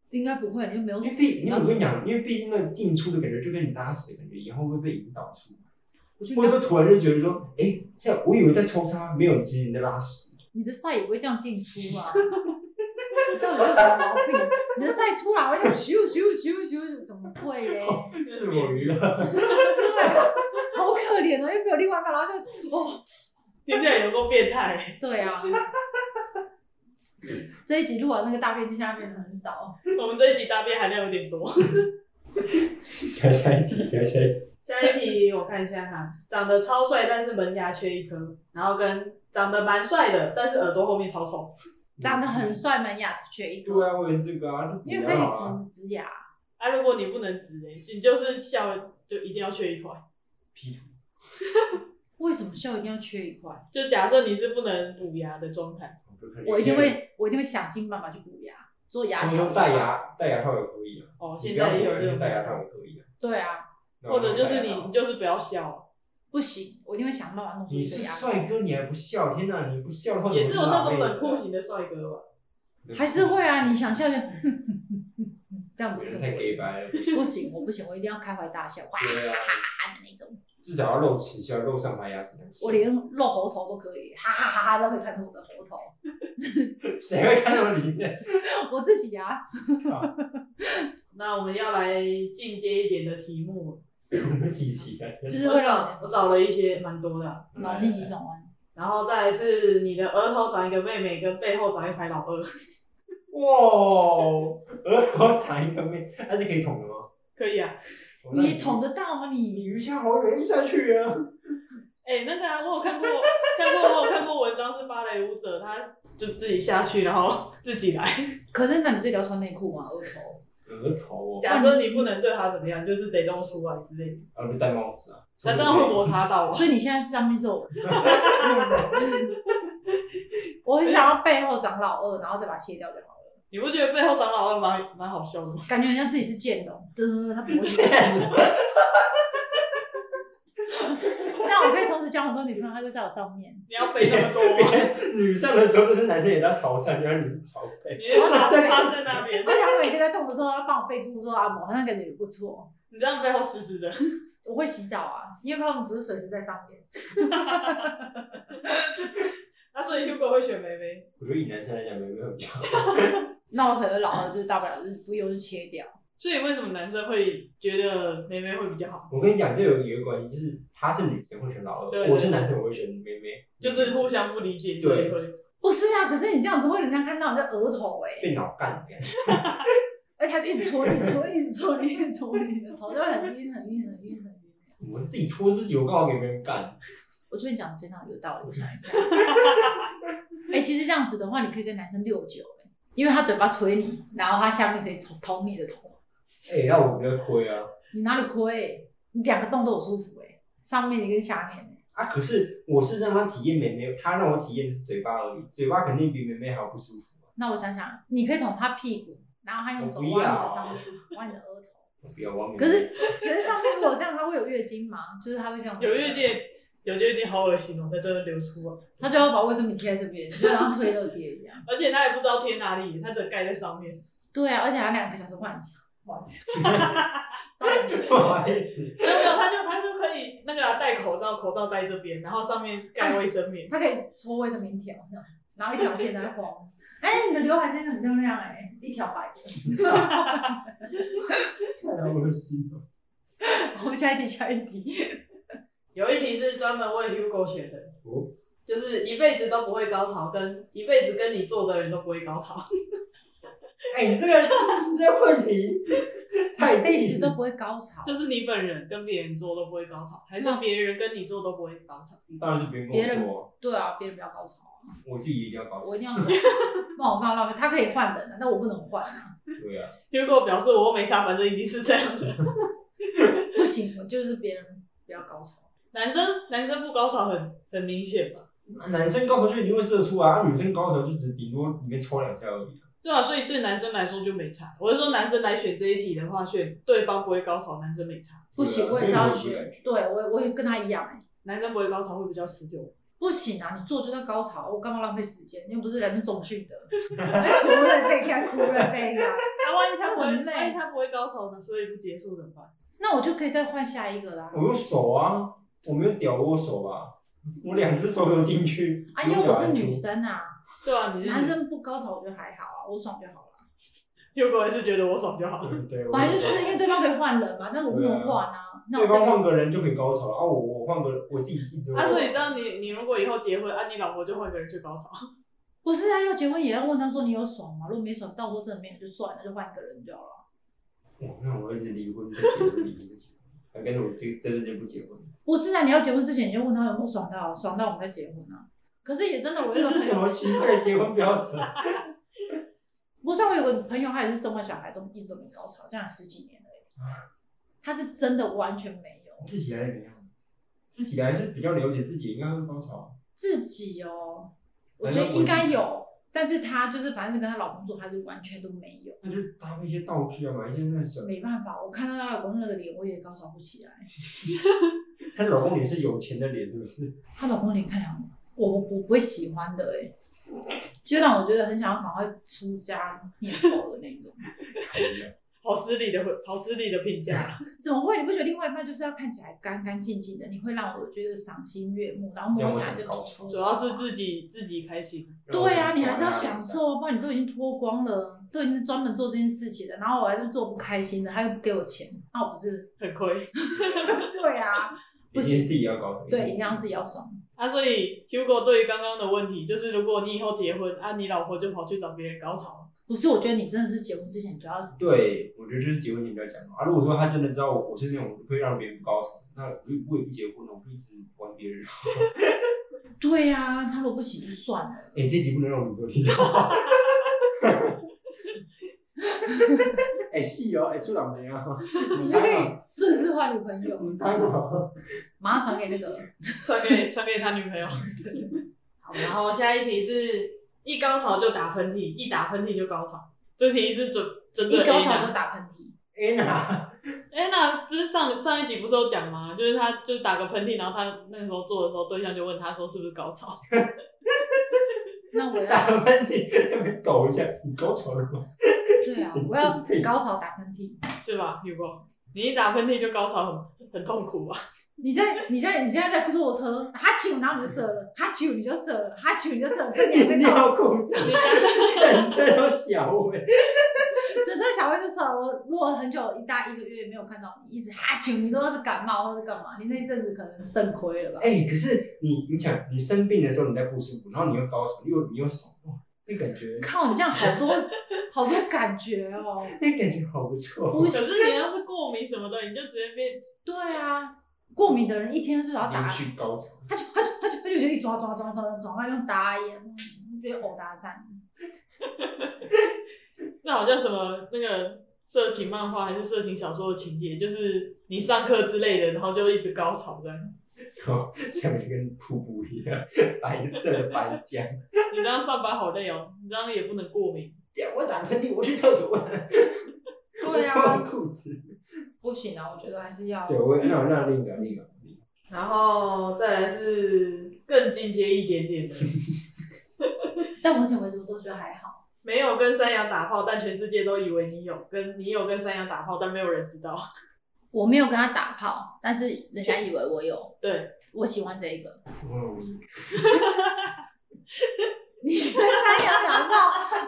Speaker 2: 应该不会，你又没有啊
Speaker 3: 因为
Speaker 2: 死。
Speaker 3: 毕，因为我哎跟你
Speaker 2: 你要
Speaker 3: 讲，因为毕竟那个进出的感觉就跟你拉屎的感觉一样，会不会被引导出来？
Speaker 2: 我觉
Speaker 3: 或者
Speaker 2: 得
Speaker 3: 说突然就觉得说，哎、现在我以为在抽插，没有其实你在拉屎。
Speaker 2: 你的晒也不会这样进出 啊。到底是有什么毛病？你的晒出来，我想咻咻咻咻，怎么会嘞？
Speaker 3: 自我娱乐，
Speaker 2: 好可怜哦，又没有另外一半，然后就哦，
Speaker 1: 听起来有够变态欸，
Speaker 2: 对 啊。这一集录完那个大便就下面很少，
Speaker 1: 我们这一集大便含量有点多。
Speaker 3: 开下一题，开下一题。
Speaker 1: 下一题我看一下哈，长得超帅但是门牙缺一颗，然后跟长得蛮帅的但是耳朵后面超丑，
Speaker 2: 长得很帅，门牙缺一
Speaker 3: 嗯对
Speaker 2: 颗，
Speaker 3: 啊，我也是这个啊，就
Speaker 2: 因为
Speaker 3: 比
Speaker 2: 可
Speaker 3: 较好啊
Speaker 2: 以植植牙。
Speaker 1: 啊，如果你不能直诶、你就是笑就一定要缺一块。
Speaker 3: P 图，
Speaker 2: 为什么笑一定要缺一块？
Speaker 1: 就假设你是不能补牙的状态，
Speaker 3: 就可以
Speaker 2: 我一定会，我一定会想尽办法去补牙，做牙
Speaker 3: 我
Speaker 2: 桥。
Speaker 3: 用戴。牙戴牙套也可以啊，
Speaker 1: 哦，
Speaker 3: 你
Speaker 1: 现
Speaker 3: 不要
Speaker 1: 在也有这
Speaker 3: 用
Speaker 1: 种
Speaker 3: 戴牙套，也可以啊，
Speaker 2: 对啊，
Speaker 1: 或者就是
Speaker 3: 然
Speaker 1: 你
Speaker 3: 后
Speaker 1: 你
Speaker 3: 戴牙套啊
Speaker 1: 就是不要笑，
Speaker 2: 不行，我一定会想办法弄出
Speaker 3: 你
Speaker 2: 一个
Speaker 3: 是
Speaker 2: 牙。
Speaker 3: 帅哥，你还不笑？天哪，你不笑的话，
Speaker 1: 也是有那种
Speaker 3: 你会
Speaker 1: 冷
Speaker 3: 浪费
Speaker 1: 酷型的帅哥吧？
Speaker 3: 死啊
Speaker 2: 还是会啊，你想笑就，这样不
Speaker 3: 有
Speaker 2: 是
Speaker 3: 人
Speaker 2: 更
Speaker 3: 太
Speaker 2: 过
Speaker 3: gay
Speaker 2: 瘾？
Speaker 3: 白了，
Speaker 2: 不行，我不行，我一定要开怀大笑，哇
Speaker 3: 对啊，
Speaker 2: 哈的那种，
Speaker 3: 至少要露齿笑，露上排牙齿才行。
Speaker 2: 我连露喉头都可以，哈哈哈哈，都可以看出我的喉头，
Speaker 3: 谁会看到里面？
Speaker 2: 我自己啊，
Speaker 1: 那我们
Speaker 3: 啊
Speaker 1: 要来进阶一点的题目，
Speaker 3: 我们嗯几题啊？
Speaker 2: 就是
Speaker 1: 我
Speaker 2: 会让
Speaker 1: 找我找了一些蛮多的啊，
Speaker 2: 你脑筋急转弯。
Speaker 1: 然后再来是你的额头长一个妹妹，跟背后长一排老二，
Speaker 3: 哇，额头长一个妹，它是可以捅的吗？
Speaker 1: 可以啊。
Speaker 3: 嗯
Speaker 2: 你捅得到吗
Speaker 3: 你
Speaker 2: 你？
Speaker 3: 鱼虾好人下去啊！
Speaker 1: 哎、那个、啊、我有看过，看过我有看过文章是芭蕾舞者，他就自己下去，然后自己来。
Speaker 2: 可是那你自己要穿内裤吗？额头？
Speaker 3: 额头哦，
Speaker 1: 假设你不能对他怎么样，就是得露出来之类的，
Speaker 3: 啊，不戴帽子啊？
Speaker 1: 那这样会摩擦到我。
Speaker 2: 所以你现在上面是有 我很想要背后长老二，然后再把它切掉就好了，
Speaker 1: 你不觉得背后长老二蛮蛮好笑的吗？
Speaker 2: 感觉好像自己是剑龙， 噔，他不会剑那我可以从此交很多女朋友，她就在我上面。
Speaker 1: 你要背那么多吗？
Speaker 3: 女上的时候都是男生也在朝上，原来你是朝背。
Speaker 1: 你要打趴在那边
Speaker 2: 而，且他每天在动的时候，他帮我背部做按摩，好像感觉也不错。
Speaker 1: 你这样背后湿湿的。
Speaker 2: 我会洗澡啊，因为他们不是随时在上面。
Speaker 1: 那所以 Hugo 会选梅梅，
Speaker 3: 我觉得以男生来讲，没有比较好。
Speaker 2: 那我可能老了，就是大不了就是不用就切掉。
Speaker 1: 所以为什么男生会觉得梅梅会比较好？
Speaker 3: 我跟你讲，这有一个关系，就是她是女生会选老
Speaker 1: 对
Speaker 3: 二，
Speaker 1: 对
Speaker 3: 我是男生我会选妹妹，
Speaker 1: 就是互相不理解，所以会。
Speaker 2: 不是啊，可是你这样子会人家看到你的额头哎、
Speaker 3: 被脑干的感觉。
Speaker 2: 而哎且他就一直戳，一直戳，一直戳，一直戳你的头，就会很晕，很晕，很晕，很晕。
Speaker 3: 我自己戳自己，我干嘛给别人干？
Speaker 2: 我觉得你讲的非常有道理，我想一下。哎、其实这样子的话，你可以跟男生六九哎、因为他嘴巴捶你，然后他下面可以捅捅你的头。
Speaker 3: 哎、那我比较亏啊。
Speaker 2: 你哪里亏、你两个洞都有舒服哎、上面一个下面、欸。
Speaker 3: 啊，可是我是让他体验妹妹，他让我体验的是嘴巴而已，嘴巴肯定比妹妹还要不舒服啊。
Speaker 2: 那我想想，你可以捅他屁股，然后他用手挖你的上面，挖你的额头，
Speaker 3: 我不要汪明
Speaker 4: 可是可是上次如果这样，他会有月经吗？就是他会这样，
Speaker 1: 有月，经，有月经好恶心哦，在这边流出啊，
Speaker 2: 他就要把卫生棉贴在这边，就像推热贴一样。
Speaker 1: 而且他也不知道贴哪里，他只盖在上面。
Speaker 2: 对啊，而且还两个小时换一下，换一下。三个小时
Speaker 3: 不好意 思，
Speaker 1: 没有，没有他就他就可以那个啊戴口罩，口罩戴这边，然后上面盖卫生棉。
Speaker 2: 他可以搓卫生棉条，这样然后一条线在晃。
Speaker 5: 哎，你的刘海真的很漂亮哎、
Speaker 2: 一条白的。
Speaker 3: 太恶心
Speaker 1: 哦
Speaker 3: 了。
Speaker 4: 我们下一题，下一题。
Speaker 1: 有一题是专门为 Hugo 学的，
Speaker 3: 哦
Speaker 1: 就是一辈子都不会高潮，跟一辈子跟你做的人都不会高潮。
Speaker 3: 哎、你这个你这个问题太
Speaker 2: 一辈子都不会高潮，
Speaker 1: 就是你本人跟别人做都不会高潮，还是别人跟你做都不会高潮？
Speaker 3: 当然是别人
Speaker 2: 别
Speaker 3: 跟
Speaker 2: 人
Speaker 3: 我做，
Speaker 2: 对啊，别人不要高潮啊，
Speaker 3: 我自己一定要搞。
Speaker 2: 我一定要爽，不然我刚刚浪费。他可以换人啊，但我不能换啊，
Speaker 3: 对啊，
Speaker 1: Hugo 表示我又没差，反正已经是这样了。
Speaker 2: 不行，我就是别人不要高潮。
Speaker 1: 男生男生不高潮很很明显吧？
Speaker 3: 男生高潮就一定会射出啊，啊女生高潮就只顶多里面抽两下而已啊。
Speaker 1: 对啊，所以对男生来说就没差。我是说男生来选这一题的话，选对方不会高潮，男生没差。
Speaker 2: 不行，
Speaker 3: 对啊
Speaker 2: 我也是要
Speaker 3: 因为我不
Speaker 2: 学，对我我也跟他一样哎、
Speaker 1: 男生不会高潮会比较持久。
Speaker 2: 不行啊，你做就在高潮，我干嘛浪费时间？又不是人总训的，
Speaker 4: 哭了被看，哭了被看。
Speaker 1: 那啊万一他
Speaker 4: 那
Speaker 1: 不会，
Speaker 4: 很累
Speaker 1: 万一他不会高潮呢？所以不结束怎么办？
Speaker 2: 那我就可以再换下一个啦。
Speaker 3: 我用手啊，我没有屌握手啊，我两只手都进去。
Speaker 2: 啊，因为我是女生啊，
Speaker 1: 对啊，你是
Speaker 2: 男生不高潮我觉得还好啊，我爽就好了。
Speaker 1: Hugo 也是觉得我爽就好了。
Speaker 3: 对，啊对，
Speaker 2: 本来就是因
Speaker 3: 为
Speaker 2: 为对方可以换人嘛，但我不能换啊。那我
Speaker 3: 对
Speaker 2: 再
Speaker 3: 方换个人就可以高潮了啊，我我换个我自己一直。
Speaker 1: 啊，所以这样你你如果以后结婚，啊，你老婆就换个人去高潮。
Speaker 2: 不是啊，要结婚也要问他说你有爽吗？如果没爽，到时候真的没有就算了，就换一个人就好了。
Speaker 3: 哇，那我一直离婚不结婚，离婚不结婚，还跟着我这真的就 不结婚。
Speaker 2: 不是啊，你要结婚之前你就问他有没有爽到，爽到我们再结婚啊。可是也真的，我有一
Speaker 3: 这
Speaker 2: 个
Speaker 3: 是什
Speaker 2: 朋友
Speaker 3: 么奇怪的结婚标准？
Speaker 2: 不是啊，我有个朋友，他也是生完小孩都一直都没高潮，这样十几年了耶，他是真的完全没有
Speaker 3: 自己来怎么样？自己来是比较了解自己，应该会高潮。
Speaker 2: 自己哦，我觉得应该有，但是他就是反正跟他老公做，他就完全都没有，
Speaker 3: 那就搭配一些道具啊，买一些那小。
Speaker 2: 没办法，我看到他老公那个脸，我也高潮不起来，
Speaker 3: 她老公也是有钱的脸，是不 是？
Speaker 2: 她老公脸看起来我我我不会喜欢的哎、就让我觉得很想要赶快出家念佛的那种。
Speaker 3: 啊
Speaker 1: 好失礼的回，好失礼的评价。啊
Speaker 2: 怎么会？你不觉得另外一半就是要看起来干干净净的？你会让我觉得赏心悦目，然后摸起来就皮肤。
Speaker 1: 主要是自己自己开心。
Speaker 2: 对啊，你还是要享。受，不然你都已经脱光了，都已经专门做这件事情了，然后我还是做不开心的，他又不给我钱，那我不是？
Speaker 1: 很亏
Speaker 2: 对啊，
Speaker 3: 一定自己要高潮。
Speaker 2: 对，一定要让自己要爽。
Speaker 1: 啊！所以 Hugo 对于刚刚的问题，就是如果你以后结婚啊，你老婆就跑去找别人高潮，
Speaker 2: 不是，我觉得你真的是结婚之前就要
Speaker 3: 对，我觉得就是结婚前不要讲嘛啊。如果说他真的知道我我是那种会让别人不高潮，那我也我也不结婚了，我就一直玩别人。
Speaker 2: 对啊，他如果不行就算了。
Speaker 3: 哎、这集不能让我女朋友听到。 哎、是哦，哎、出老梅啊，
Speaker 2: 你就可以顺势换女朋友，
Speaker 3: 嗯，太好。
Speaker 2: 马上传给那个。
Speaker 1: 传给传给他女朋友。 好，然后下一题是一高潮就打喷嚏，一打喷嚏就高潮。这题是准针对
Speaker 2: 一
Speaker 1: A
Speaker 2: 高潮 就
Speaker 1: 娜。
Speaker 2: 打喷嚏，
Speaker 3: Anna，
Speaker 1: 哎，那就是上上一集不是有讲吗？就是他就是打个喷嚏，然后他那个时候做的时候，对象就问他说是不是高潮？
Speaker 2: 那我要
Speaker 3: 打喷嚏，那边抖一下，你高潮了吗？
Speaker 2: 对啊
Speaker 3: 神，
Speaker 2: 我要
Speaker 3: 经病
Speaker 2: 高潮打喷嚏。
Speaker 1: 是吧，Hugo？你一打喷嚏就高潮很很痛 苦吧？啊
Speaker 2: 你现在你现在你现在在坐车，哈啾，然后你就射了，哈啾你就射了，哈啾你就射了，这
Speaker 3: 你
Speaker 2: 你还没到，
Speaker 3: 尿 裤子，
Speaker 1: 哎
Speaker 3: 你这都小尾。
Speaker 2: 这这小薇就射了。我如果很久一大一个月没有看到你，一直哈啾，你都是感冒或者干嘛，你那一阵子可能肾亏了吧？
Speaker 3: 哎、可是你你想，你生病的时候你在不舒服，然后你又高潮，又你又爽，哇，那感觉
Speaker 2: 靠，你这样好多好多感觉哦。
Speaker 3: 那感觉好不错。
Speaker 2: 不
Speaker 1: 可
Speaker 2: 是
Speaker 1: 是你要是过敏什么的，你就直接变
Speaker 2: 对啊，过敏的人一天最少打
Speaker 3: 连续高潮，
Speaker 2: 他就他就他就他就觉得一抓抓抓抓抓抓，他用打眼，嗯觉得偶打散。
Speaker 1: 那好像什么那个色情漫画还是色情小说的情节，就是你上课之类的，然后就一直高潮这样。
Speaker 3: 然后像跟瀑布一样，白色的白浆。
Speaker 1: 你这样上班好累哦，你这样也不能过敏。
Speaker 3: 对我打喷嚏，我去厕所，我
Speaker 2: 对
Speaker 3: 脱
Speaker 2: 啊，
Speaker 3: 裤子。
Speaker 6: 不行啊，我觉得还是要
Speaker 3: 对，我也那那另一个另一个，另一个
Speaker 1: 然后再来是更进阶一点点的，
Speaker 2: 但目前为止我都觉得还好。
Speaker 1: 没有跟山羊打炮，但全世界都以为你有跟你有跟山羊打炮，但没有人知道。
Speaker 6: 我没有跟他打炮，但是人家以为我有，
Speaker 1: 对，
Speaker 6: 我喜欢这一个。
Speaker 3: 我有一个
Speaker 4: 你跟三亚打炮，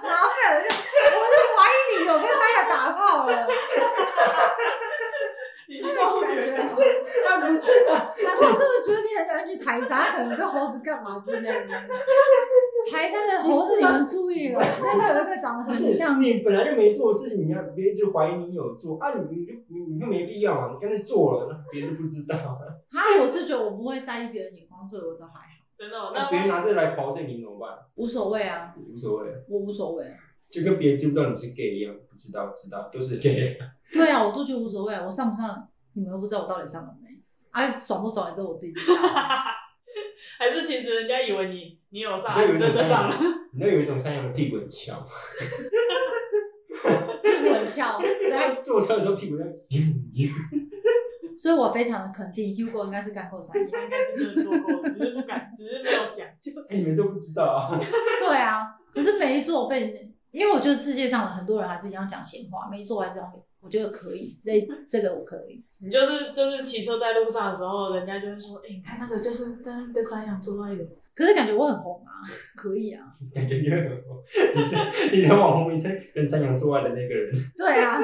Speaker 4: 然后还有人就，我都怀疑你有跟三亚打炮了。
Speaker 1: 你去动物园
Speaker 4: 感
Speaker 1: 干嘛
Speaker 4: 觉啊，不是的，难怪我都觉得你很难去踩沙可能跟猴子干嘛之类的。
Speaker 2: 柴山的
Speaker 4: 猴子你们
Speaker 2: 注意 了，
Speaker 4: 真的有一个长得
Speaker 3: 不
Speaker 4: 很
Speaker 3: 是
Speaker 4: 像，
Speaker 3: 你本来就没做的事情，你要别人就怀疑你有做啊，你你就你你就没必要嘛，你干脆做了，那别人就不知道，
Speaker 2: 哈，我是觉得我不会在意别人眼光，所以我都还好，
Speaker 1: 真的哦，
Speaker 3: 那
Speaker 1: 那
Speaker 3: 别人拿这来咆哮你怎么办？
Speaker 2: 无所谓啊，
Speaker 3: 无所谓，
Speaker 2: 我无所谓。啊
Speaker 3: 就跟别人知不知道你是 gay 一样，不知道知道都是 gay，
Speaker 2: 对啊，我都觉得无所谓，我上不上你们又不知道我到底上了没，啊，爽不爽也只有我自己知 道。
Speaker 1: 还是其实人家以为你你有上，
Speaker 3: 你
Speaker 1: 你
Speaker 3: 都
Speaker 1: 真
Speaker 3: 有一种
Speaker 1: 的
Speaker 3: 山
Speaker 1: 上
Speaker 3: 羊
Speaker 1: 了。，
Speaker 3: 你都有一种山羊的屁股很翘，
Speaker 2: 屁股很翘，对，
Speaker 3: 坐车的时候屁股在
Speaker 2: 所以我非常的肯定 Hugo 应该是干过三
Speaker 1: 他
Speaker 2: 年。
Speaker 1: 应该是真的做过，只是不敢，只是没有讲。就
Speaker 3: 哎、你们都不知道 啊，
Speaker 2: 对啊，可是没做被，因为我觉得世界上很多人还是一样讲闲话，没做还是一样，我觉得可以，这这个我可以。
Speaker 1: 你就是就是骑车在路上的时候，人家就会说，哎、你看那个就是跟跟山羊做爱的，
Speaker 2: 可是感觉我很红啊， 可以啊，
Speaker 3: 感觉你很红，你是你的网红名称跟山羊做爱的那个人，
Speaker 2: 对啊，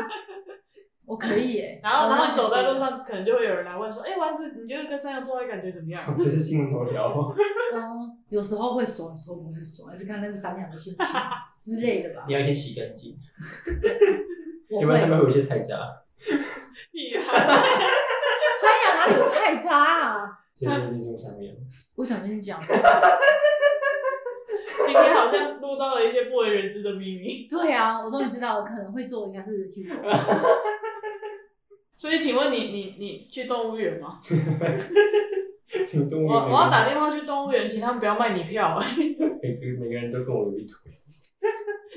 Speaker 2: 我可以耶、
Speaker 1: 然后然后
Speaker 2: 我
Speaker 1: 你走在路，上，可能就会有人来问说，哎、丸子，你觉得跟山羊做爱感觉怎么样？
Speaker 3: 这是新闻头条，
Speaker 2: 嗯，有时候会爽，有时候不会爽，还是看那是三两的 心情之类的吧
Speaker 3: 你。要先洗干净，
Speaker 2: 我
Speaker 3: 要不
Speaker 2: 会
Speaker 3: 然上面会有一些菜渣，
Speaker 1: 屁啊！
Speaker 2: 三两哪里有菜渣啊？
Speaker 3: 所以就一定是上面。
Speaker 2: 我想跟你讲，
Speaker 1: 今天好像录到了一些不为人知的秘密。
Speaker 2: 对啊，我终于知道了，可能会做的应该是 Hugo。
Speaker 1: 所以，请问你你你去动物园吗？
Speaker 3: 什么动物
Speaker 1: 我
Speaker 3: 园每个人？
Speaker 1: 我要打电话去动物园，请他们不要卖你票、
Speaker 3: 每个每个人都跟我有一腿。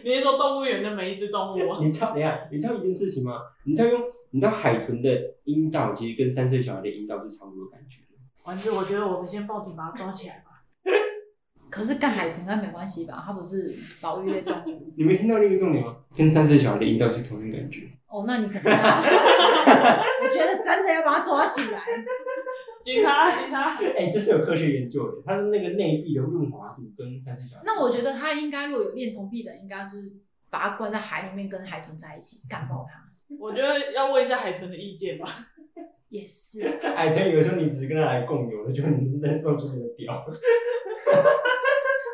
Speaker 1: 你是说动物园的每一只动物吗？
Speaker 3: 你知道，等一下，你知道一件事情吗？你知道用你知道海豚的阴道其实跟三岁小孩的阴道是差不多的感觉的。
Speaker 1: 丸子，我觉得我们先报警把它抓起来吧。
Speaker 2: 可是干海豚应该没关系吧？它不是保育类动物。
Speaker 3: 你没听到那个重点吗？跟三岁小孩的阴道是同一个感觉。
Speaker 2: 哦，那你肯定要。
Speaker 4: 我觉得真的要把它抓起来。
Speaker 1: 警察，警察，
Speaker 3: 哎、这是有科学研究的，它是那个内壁的润滑度跟三岁小孩。
Speaker 2: 那我觉得他应该如果有恋童癖的，应该是把他关在海里面跟海豚在一起干爆他。
Speaker 1: 我觉得要问一下海豚的意见吧。
Speaker 2: 也是，
Speaker 3: 海豚哎有时候你只是跟它来共游，那就能露出你的屌。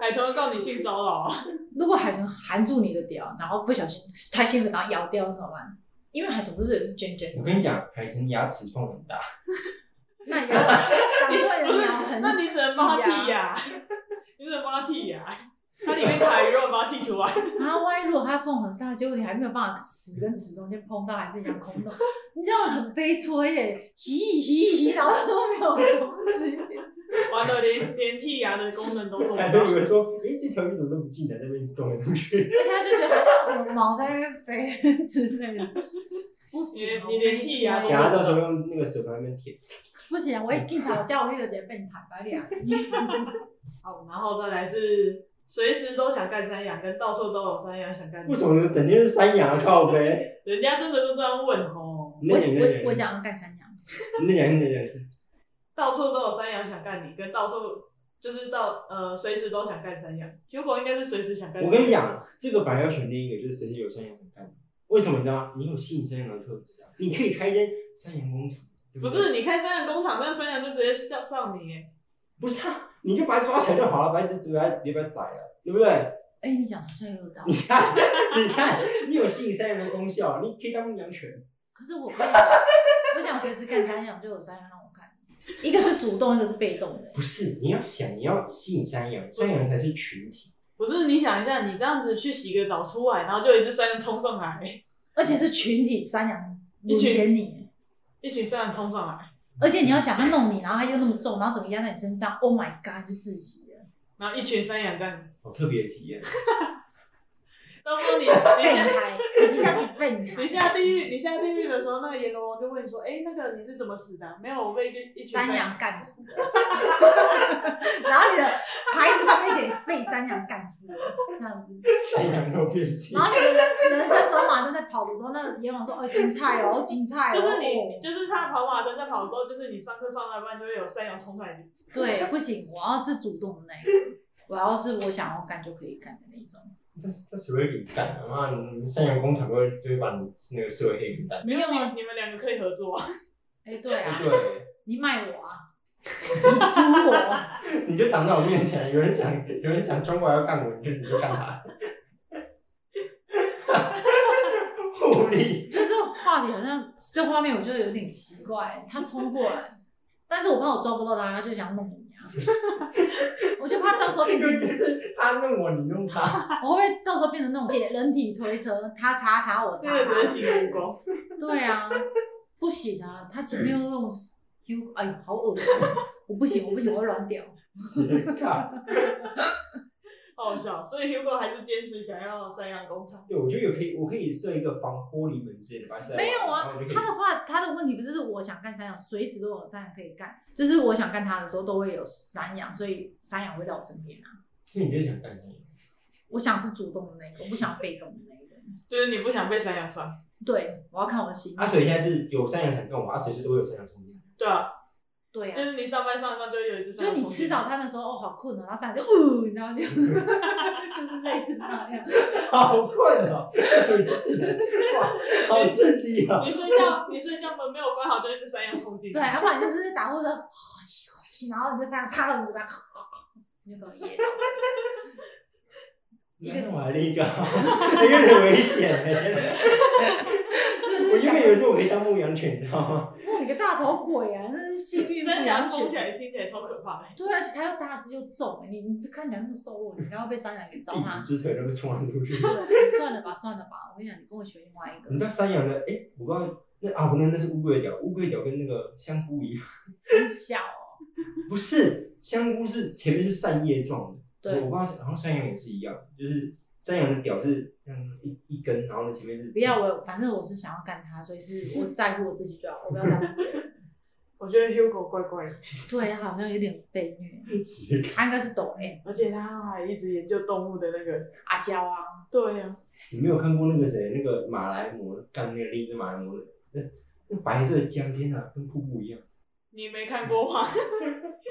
Speaker 1: 海豚会告你性骚扰啊！
Speaker 2: 如果海豚含住你的屌，然后不小心太兴奋，然后咬掉了怎么办？因为海豚不是也是尖尖
Speaker 3: 我
Speaker 2: 的，
Speaker 3: 跟你讲，海豚牙齿缝很大，
Speaker 2: 那也要 想说
Speaker 1: 不
Speaker 2: 人
Speaker 1: 是
Speaker 2: 咬很、啊
Speaker 1: 那你只能帮他剔
Speaker 2: 呀、
Speaker 1: 牙， 你只能帮他剔牙，它里面卡鱼肉，把它剔出来。
Speaker 2: 然后万一如果它缝很大，结果你还没有办法齿跟齿中间碰到，还是一样空洞， 你这样很悲催耶！咦咦咦，然后都没有东西。
Speaker 1: 完了，连连剔牙的功能都做不
Speaker 3: 海豚以
Speaker 1: 到。
Speaker 3: 为说，哎、这条鱼怎么都不进来，那边一直动来动 去。
Speaker 4: 而且他就觉得他像什么毛在那边 飞之类的，
Speaker 2: 不
Speaker 1: 行
Speaker 2: 行，啊
Speaker 1: 你连剔牙都
Speaker 3: 然后到时候用那个手在那边舔。
Speaker 2: 不行，啊我一进场，我叫我那个姐被你坦白脸。
Speaker 1: 好，然后再来是随时都想干山羊，跟到处都有山羊想干你。
Speaker 3: 为什么呢？整天是山羊靠呗？
Speaker 1: 人家真的都这样问哦，
Speaker 3: 那
Speaker 2: 我
Speaker 3: 讲
Speaker 2: 我我，想要干三娘，
Speaker 3: 那讲那讲
Speaker 1: 到处都有山羊想干你，跟到处就是到呃随时都想干山羊。结果应该是随时想干。
Speaker 3: 我跟你，讲，这个反而要选另一个，就是谁有山羊很干。为什么你知道吗？你有吸引山羊的特质啊，你可以开一间山羊工厂，对
Speaker 1: 不
Speaker 3: 对
Speaker 1: 是你开山羊工厂，那个山羊就直接叫上你耶。
Speaker 3: 不是啊，你就把它抓起来就好了，把它把它别把它宰了，对不对？
Speaker 2: 哎、你讲得好像也有道
Speaker 3: 你
Speaker 2: 理，
Speaker 3: 看，你看，你有吸引山羊的功效，你可以当牧羊犬。
Speaker 2: 可是我可以，我想随时干三娘，就有三娘让我干，一个是主动，一个是被动的。
Speaker 3: 不是，你要想，你要吸引山羊，山羊才是群体。
Speaker 1: 不是你想一下，你这样子去洗个澡出来，然后就有一只山羊冲上来，
Speaker 2: 而且是群体三娘轮奸你，
Speaker 1: 一群山羊冲上来，
Speaker 2: 而且你要想他弄你，然后他又那么重，然后整个压在你身上，Oh my god，就窒息了。
Speaker 3: 哦
Speaker 1: 然后一群山羊这样。
Speaker 3: 好特别的体验，
Speaker 1: 都说你你
Speaker 4: 备
Speaker 1: 下
Speaker 4: 胎，我记得是备
Speaker 1: 你
Speaker 4: 胎。
Speaker 1: 下地狱，你下地狱的时候，那个阎罗王就问你说：“哎，那个你是怎么死的啊？”没有，我被一群一群
Speaker 2: 山羊干死的，
Speaker 4: 然后你的牌子上面写被山羊干死了，这样子。
Speaker 3: 山羊肉变器
Speaker 4: 然，后你的人人生走马灯在跑的时候，那阎王说：“哦，精彩哦，精彩哦。”
Speaker 1: 就是你，就是他跑马灯在跑的时候，就是你上课上到一半就会有山羊冲上来，
Speaker 2: 对，不行，我要是主动的那一个，我要是我想要干就可以干的那一种。
Speaker 3: 这这谁会给你干啊？妈，你们山羊工厂会就会把你那个社会黑名单。
Speaker 1: 没有
Speaker 4: 啊
Speaker 1: 你你们两个可以合作啊，
Speaker 2: 哎，对啊，
Speaker 3: 对，
Speaker 2: 你卖我 啊，你租
Speaker 4: 啊
Speaker 2: 我，
Speaker 3: 你就挡在我面前，有人想有人想冲过来要干我，你就你就干他。 互利，
Speaker 2: 就是这个话题好像这画面我觉得有点奇怪，他冲过来，但是我怕我抓不到他，他就想弄你啊， 我就怕到时候变成就是
Speaker 3: 他弄我，你弄他，
Speaker 2: 我会不会到时候变成那种姐人体推车，他插他我
Speaker 1: 这
Speaker 2: 插
Speaker 1: 个只是
Speaker 2: 他，
Speaker 1: 行蜈蚣，
Speaker 2: 对啊，不行啊，他前面又用 U，哎呦好恶心，我不行我不行我会软掉。
Speaker 3: 斜杠。
Speaker 1: 好笑。所以 Hugo 还是坚持想要山羊工厂，
Speaker 3: 对，我觉得也可以，我可以设一个防玻璃门之类的，把它塞
Speaker 2: 没有啊
Speaker 3: 然后我就可，以
Speaker 2: 他的话，他的问题不是我想干山羊，随时都有山羊可以干，就是我想干他的时候都会有山羊，所以山羊会在我身边啊。
Speaker 3: 所以你就想干什么？
Speaker 2: 我想是主动的那个，我不想被动的那个。
Speaker 1: 就是你不想被山羊伤，
Speaker 2: 对，我要看我的心
Speaker 3: 阿
Speaker 2: 情。
Speaker 3: 水现在是有山羊想跟我，阿水是都会有山羊冲进来。
Speaker 1: 对啊，
Speaker 2: 对
Speaker 1: 就
Speaker 2: 啊，
Speaker 1: 是你上班上一上就会有一只山
Speaker 2: 就
Speaker 1: 羊冲
Speaker 2: 你
Speaker 1: 进来，
Speaker 2: 吃早餐的时候，哦，好困哦，然后山羊就呜，然后就 就是类似那样。
Speaker 3: 好困哦，哇好刺激哦！
Speaker 1: 你睡觉你睡觉门没有关好，就一只山羊冲进
Speaker 2: 对，
Speaker 1: 来，
Speaker 2: 要不然就是打呼的，呼吸呼吸，然后你就山羊插到你嘴巴，那个也
Speaker 3: 啊一个瓦力高，有点危险欸我原本以为说我可以当牧羊犬，你知道吗？
Speaker 2: 哦，你个大头鬼啊，那是幸 运牧
Speaker 1: 山
Speaker 2: 羊
Speaker 1: 羊
Speaker 2: 犬
Speaker 1: 冲起。来听起来超可怕的，
Speaker 2: 对，啊而且它又大只又重、欸你你这看起来那么瘦弱，你刚刚被山羊给糟
Speaker 3: 一股
Speaker 2: 蹋
Speaker 3: 之
Speaker 2: 死。
Speaker 3: 腿都被冲了出去。
Speaker 2: 对，算了吧，算了吧，我跟你讲，你跟我学另外一个
Speaker 3: 你，知道山羊的？哎，我不知道那啊，不那那是乌龟的屌，乌龟的屌跟那个香菇一样，
Speaker 2: 很小哦。
Speaker 3: 不是香菇是前面是扇叶状的。
Speaker 2: 对
Speaker 3: 我不知道，然后山羊也是一样，就是山羊的屌是嗯一一根，然后呢前面是
Speaker 2: 不要我，反正我是想要干它，所以是我在乎我自己就好，我不要在乎 别人。
Speaker 1: 我觉得 Hugo 怪怪的，
Speaker 2: 对，它好像有点被虐，
Speaker 3: 斜
Speaker 2: 它应该是抖 M
Speaker 1: 而且他还一直研究动物的那个，
Speaker 2: 阿娇啊，
Speaker 1: 对呀，
Speaker 3: 你没有看过那个谁，那个马来貘干那个另一只马来貘的，那那白色的江天啊，跟瀑布一样。
Speaker 1: 你没看过吗？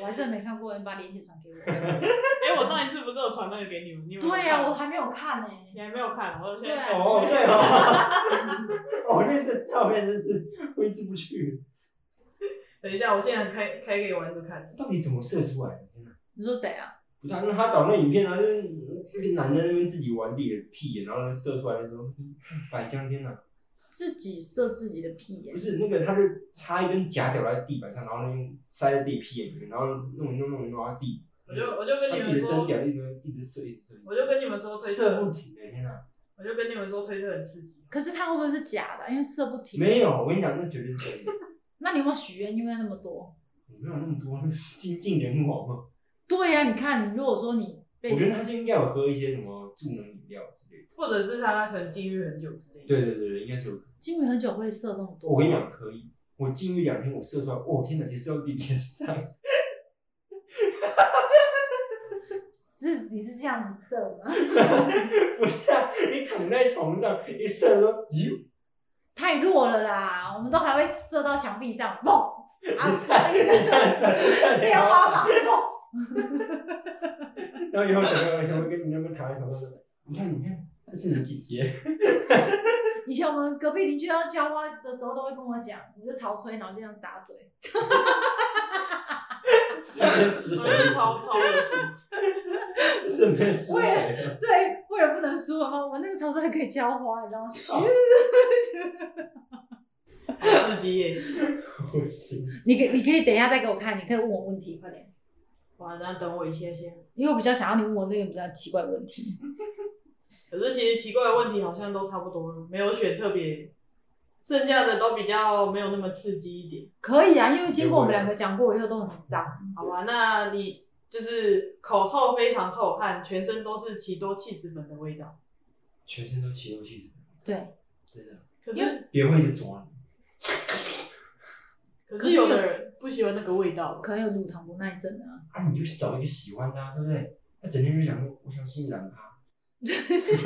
Speaker 2: 我还真没看过，你把链接传给我。
Speaker 1: 哎，我上一次不是有传那个给你们，你有没有
Speaker 2: 对啊
Speaker 1: 看
Speaker 2: 呀、我还没有看呢、
Speaker 1: 你还没有看，我现在
Speaker 2: 对
Speaker 1: 看
Speaker 3: 哦，对哦， 哦，那张照片真是挥之不去，
Speaker 1: 等一下，我现在开开给丸子看。
Speaker 3: 到底怎么射出来的？天哪！
Speaker 2: 你说谁啊？
Speaker 3: 不是、啊，那他找那影片啊，就是一个男的在那边自己玩自己的屁眼，然后呢射出来的时候，嗯白江天啊，
Speaker 2: 自己射自己的屁眼、
Speaker 3: 不是那个，他就插一根假屌在地板上，然后呢用塞在自己屁眼里面，然后弄一弄弄一弄，然后地，
Speaker 1: 我就我就跟
Speaker 3: 他
Speaker 1: 你
Speaker 3: 自己
Speaker 1: 们
Speaker 3: 的真
Speaker 1: 说，
Speaker 3: 屌一直一直射一直射，
Speaker 1: 我就跟你们说推
Speaker 3: 射不
Speaker 1: 特，
Speaker 3: 停的，天哪！
Speaker 1: 我就跟你们说推特很刺激。
Speaker 2: 可是它会不会是假的？因为射不停。
Speaker 3: 没有，我跟你讲，那绝对是真的。
Speaker 2: 那你有没有许愿？因为那么多。
Speaker 3: 我没有那么多，那是精尽人亡嘛。
Speaker 2: 对啊呀、你看，如果说你被
Speaker 3: 我觉得他是应该有喝一些什么助能饮料之类的。
Speaker 1: 或者是他可能禁欲很久之类的。
Speaker 3: 对对对对，应该是有可能。
Speaker 2: 金鱼很久会射那么多，
Speaker 3: 我跟你讲，可以。我禁欲两天，我射出来，哦天哪，直接射到自己脸上。
Speaker 4: 是你是这样子射吗？
Speaker 3: 不是啊，你躺在床上一射说，咦，
Speaker 2: 太弱了啦，我们都还会射到墙壁上，砰！啊，
Speaker 3: 你看，你 看，你看，你看，
Speaker 2: 天花板，砰！
Speaker 3: 然后以后小朋友小朋友跟你那边躺在床上说，你看，你看，那是你姐姐。
Speaker 2: 以前我们隔壁邻居要浇花的时候，都会跟我讲，我就潮吹，然后就这样洒水。
Speaker 3: 顺便施
Speaker 1: 我觉得超
Speaker 3: 肥，
Speaker 1: 超有趣。
Speaker 3: 顺便施
Speaker 2: 我
Speaker 3: 肥。
Speaker 2: 对，为了不能输啊，我们那个潮吹还可以浇花，你知道吗？嘘，
Speaker 1: 好刺激耶！
Speaker 3: 不行，
Speaker 2: 你可你可以等一下再给我看，你可以问我问题，快点，
Speaker 1: 哇，那等我一下下。
Speaker 2: 因为我比较想要你问我那个比较奇怪的问题。
Speaker 1: 可是其实奇怪的问题好像都差不多了，没有选特别，剩下的都比较没有那么刺激一点。
Speaker 2: 可以啊，因为经过我们两个讲过以后都很脏，
Speaker 1: 好吧，那你就是口臭非常臭汗，全身都是奇多气死粉的味道。
Speaker 3: 全身都起油气质，
Speaker 4: 对，
Speaker 3: 真的，
Speaker 1: 可是
Speaker 3: 别人会一直抓你。
Speaker 1: 可是有的人不喜欢那个味道，
Speaker 6: 可能有乳糖不耐症 啊，
Speaker 3: 啊，你就找一个喜欢的、啊，对不对？他整天就想说，我想吸引男咖。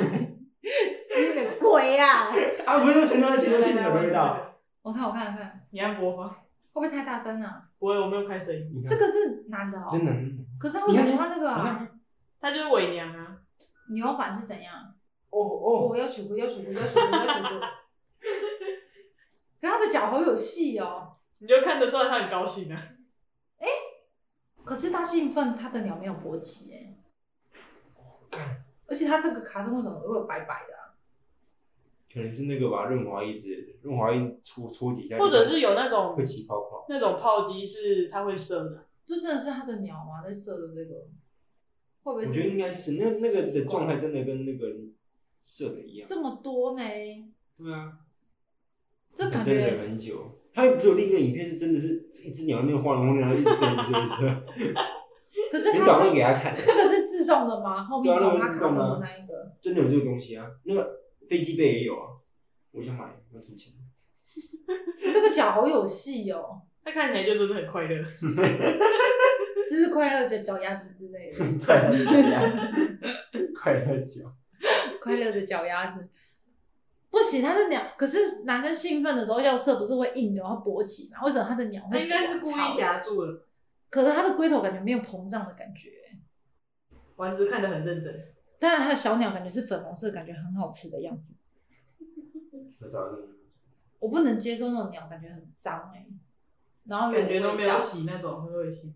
Speaker 4: 吸了鬼啊！
Speaker 3: 啊，不是全身都起油气质的味道。
Speaker 6: 我看我看我看，
Speaker 1: 你按播放，
Speaker 2: 不 会太大声啊？
Speaker 1: 不会，我没有开声音，
Speaker 3: 你看
Speaker 2: 这个是男的哦，
Speaker 3: 真的，真的
Speaker 2: 可是他为什么穿那个
Speaker 3: 你
Speaker 2: 啊？
Speaker 1: 他就是伪娘啊。
Speaker 2: 牛反是怎样？
Speaker 3: 哦哦，
Speaker 2: 我要取骨，要取骨，要取骨，要取骨。可他的脚好有戏哦，
Speaker 1: 你就看得出来他很高兴啊，
Speaker 2: 可是他兴奋，他的鸟没有勃起哎，
Speaker 3: 干，
Speaker 2: 而且他这个卡通为什么会有白白的啊？
Speaker 3: 可能是那个吧，润滑一直润滑液搓搓几下，
Speaker 1: 或者是有那种
Speaker 3: 会起泡泡。
Speaker 1: 那种炮击是他会射的，
Speaker 2: 就真的是他的鸟啊吗？在射的这个，会不
Speaker 3: 我
Speaker 2: 会
Speaker 3: 觉得应
Speaker 2: 是
Speaker 3: 该是那那个的状态真的跟那个射的一样。
Speaker 2: 这么多呢？
Speaker 3: 对啊，
Speaker 2: 这感
Speaker 3: 真的忍
Speaker 2: 觉
Speaker 3: 很久。他又不是有另一个影片是真的是一只鸟在那边晃来晃去，然后一直伸一直伸。
Speaker 2: 可是
Speaker 3: 你
Speaker 2: 他
Speaker 3: 找那
Speaker 2: 这
Speaker 3: 个给他看，
Speaker 2: 这个是自动的吗？后面
Speaker 3: 对啊
Speaker 2: 头
Speaker 3: 那
Speaker 2: 它
Speaker 3: 个是
Speaker 2: 卡
Speaker 3: 自
Speaker 2: 成
Speaker 3: 动的
Speaker 2: 的
Speaker 3: 啊
Speaker 2: 那一个，
Speaker 3: 真的有这个东西啊。那个飞机杯也有啊，我想买，要存钱。
Speaker 2: 这个脚好有戏哦，
Speaker 1: 他看起来就真的很快乐。
Speaker 2: 就是快乐的脚丫子之类的，
Speaker 3: 快乐脚，快乐脚。
Speaker 6: 快乐的脚丫子。
Speaker 2: 不行，他的鸟。可是男生兴奋的时候要射，不是会硬的，然后勃起嘛？为什么他的鸟
Speaker 1: 他
Speaker 2: 会
Speaker 1: 应该是故意夹
Speaker 2: 潮湿？
Speaker 1: 住了，
Speaker 2: 可是他的龟头感觉没有膨胀的感觉，
Speaker 1: 丸子看得很认真。
Speaker 2: 但是他的小鸟感觉是粉红色，感觉很好吃的样子。
Speaker 3: 我找那个，
Speaker 2: 我不能接受那种鸟，感觉很脏哎、然后有
Speaker 1: 感觉都没
Speaker 2: 味
Speaker 1: 有
Speaker 2: 道
Speaker 1: 洗那种，很恶心。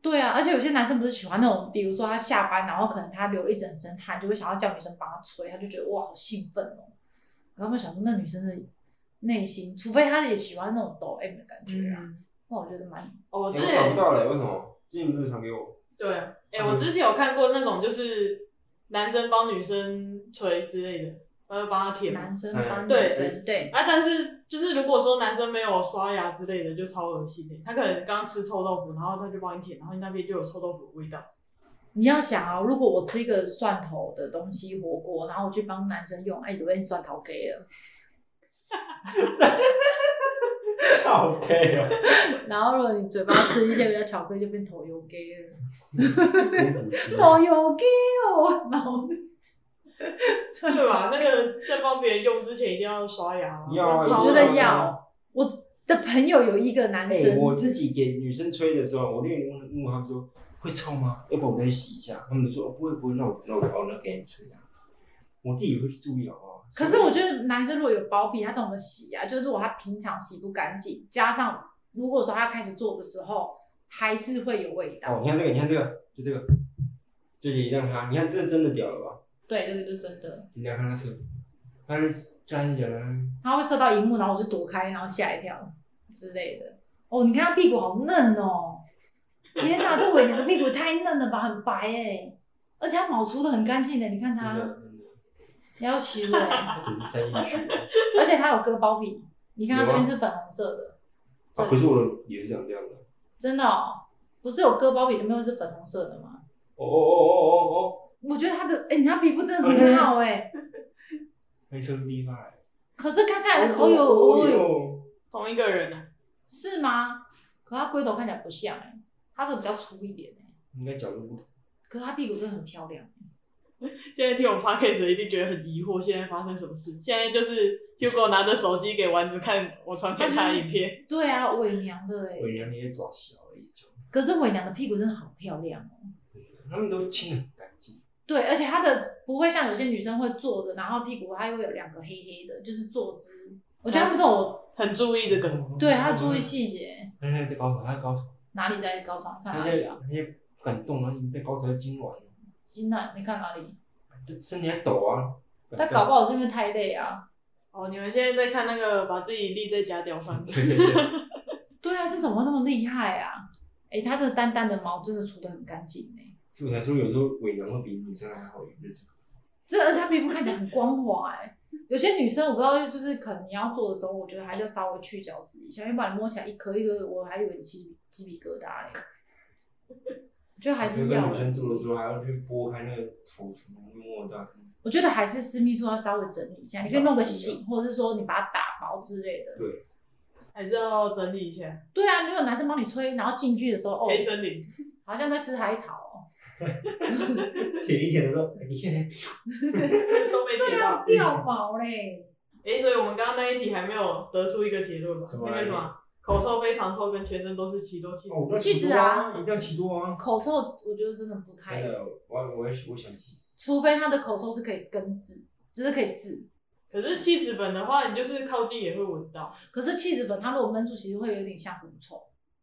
Speaker 2: 对啊，而且有些男生不是喜欢那种，比如说他下班，然后可能他流了一整身汗，就会想要叫女生帮他吹，他就觉得哇好兴奋哦。然后我想说，那女生的内心，除非他也喜欢那种抖 M 的感觉啊，
Speaker 1: 嗯，
Speaker 2: 那我觉得蛮
Speaker 1: 哦，我之
Speaker 3: 哎我找
Speaker 1: 前
Speaker 3: 不到了，为什么？之前不是传给我？
Speaker 1: 对，哎、我之前有看过那种，就是男生帮女生捶之类的，然后帮她舔啊。
Speaker 2: 男生帮
Speaker 1: 对
Speaker 2: 女生对，
Speaker 1: 但是就是如果说男生没有刷牙之类的，就超恶心的、他可能刚吃臭豆腐，然后他就帮你舔，然后你那边就有臭豆腐的味道。
Speaker 2: 你要想啊，如果我吃一个蒜头的东西火锅，然后我去帮男生用，哎，都被蒜头给了，
Speaker 3: 好 gay 啊！
Speaker 2: 然后如果你嘴巴吃一些比较巧克力，就变头油给了。
Speaker 3: 我不知道
Speaker 2: 都有给哦，然后 真
Speaker 1: 对吧？那个在帮别人用之前一定要刷牙啊。
Speaker 3: 要啊，
Speaker 2: 我觉得要。我的朋友有一个男
Speaker 3: 哎、
Speaker 2: 生，
Speaker 3: 我自己给女生吹的时候，我那个问问他们说会臭吗？要不然我再去洗一下。他们就说、哦、不会不会，那我那我哦那给你吹这样子。我自己会去注意好不好？
Speaker 2: 可是我觉得男生如果有包皮，他怎么洗啊？就是如果他平常洗不干净，加上如果说他开始做的时候，还是会有味道。
Speaker 3: 哦，你看这个，你看这个，就这个，就也让他，你看这真的屌了吧？
Speaker 2: 对，这个就真的，
Speaker 3: 你来看他是，他是站起来，
Speaker 2: 他会射到荧幕，然后我就躲开，然后吓一跳之类的。哦，你看他屁股好嫩哦，
Speaker 4: 天 哪，这伪娘的屁股太嫩了吧，很白哎、
Speaker 2: 欸而且他毛出的很干净的，你看
Speaker 3: 真的
Speaker 2: 他
Speaker 3: 真的，
Speaker 2: 要洗了，
Speaker 3: 他只是塞进去。
Speaker 2: 而且他有割包皮，你看他这边
Speaker 3: 有啊
Speaker 2: 是粉红色的。
Speaker 3: 啊，可是我的也是长这样的。
Speaker 2: 真的、哦，不是有割包皮的，没有是粉红色的吗？
Speaker 3: 哦哦哦哦哦哦，
Speaker 2: 我觉得他的，哎、你他皮肤真的很好哎、
Speaker 3: 哦黑色地方。
Speaker 2: 可是看起来哦呦哦呦，
Speaker 3: 呦，
Speaker 1: 同一个人啊，
Speaker 2: 是吗？可他龟头看起来不像哎、他这个比较粗一点哎、
Speaker 3: 应该角度不同。
Speaker 2: 可是他屁股真的很漂亮。欸
Speaker 1: 现在听我们 podcast 的一定觉得很疑惑，现在发生什么事？现在就是 Hugo 拿着手机给丸子看我传给他的影片，
Speaker 2: 对啊，伪娘的哎、
Speaker 3: 我娘那些爪小而已，就
Speaker 2: 可是伪娘的屁股真的好漂亮哦、
Speaker 3: 他们都清的很干净。
Speaker 2: 对，而且她的不会像有些女生会坐着，然后屁股还会有两个黑黑的，就是坐姿。我觉得他们都有，
Speaker 1: 很注意这个。
Speaker 2: 对，她注意。细节。
Speaker 3: 他现在在高潮，他在高潮，
Speaker 2: 哪里在高潮？看
Speaker 3: 他
Speaker 2: 哪
Speaker 3: 现
Speaker 2: 里
Speaker 3: 在
Speaker 2: 啊？
Speaker 3: 他现在不敢动啊，你在高潮在痉挛，
Speaker 2: 金娜，你看哪里？
Speaker 3: 这身体在抖啊。
Speaker 2: 他搞不好是因为太累啊。
Speaker 1: 哦，你们现在在看那个把自己立在假屌上的，
Speaker 3: 对对对，
Speaker 2: 对啊，这怎么会那么厉害啊？哎、他的蛋蛋的毛真的除得很干净哎，
Speaker 3: 所以我才说有时候伪娘会比女生还好，有认真。
Speaker 2: 这而且他皮肤看起来很光滑哎、有些女生我不知道，就是可能你要做的时候，我觉得还是要稍微去角质一下，因为把你摸起来一颗一颗，我还以为你起鸡皮疙瘩嘞。我觉得还是
Speaker 3: 跟
Speaker 2: 要
Speaker 3: 女
Speaker 2: 欸
Speaker 3: 生，住的时候还要去拨开那个草丛，摸摸大看。
Speaker 2: 我觉得还是私密处要稍微整理一下，你可以弄个醒，或者是说你把它打薄之类的。
Speaker 1: 还是要整理一下
Speaker 2: 对啊，如果男生帮你吹，然后进去的时候，哦，
Speaker 1: 黑森林。
Speaker 2: 好像在吃海草哦。
Speaker 3: 舔一舔的时候，哎你现在
Speaker 1: 都没提到。
Speaker 2: 啊掉毛嘞，
Speaker 1: 哎、所以我们刚刚那一题还没有得出一个结论吧？
Speaker 3: 什么
Speaker 1: 那个什么，口臭、非常臭跟全身都是奇多气
Speaker 3: 哦，那
Speaker 2: 其
Speaker 3: 奇
Speaker 2: 实
Speaker 3: 多
Speaker 2: 啊
Speaker 3: 一定要奇多啊！
Speaker 2: 口臭我觉得真的不太
Speaker 3: 真，的，我我也我想气死。
Speaker 2: 除非他的口臭是可以根治，就是可以治。
Speaker 1: 可是气死粉的话，你就是靠近也会闻到。
Speaker 2: 可是气质粉它如果闷住，其实会有点像狐臭，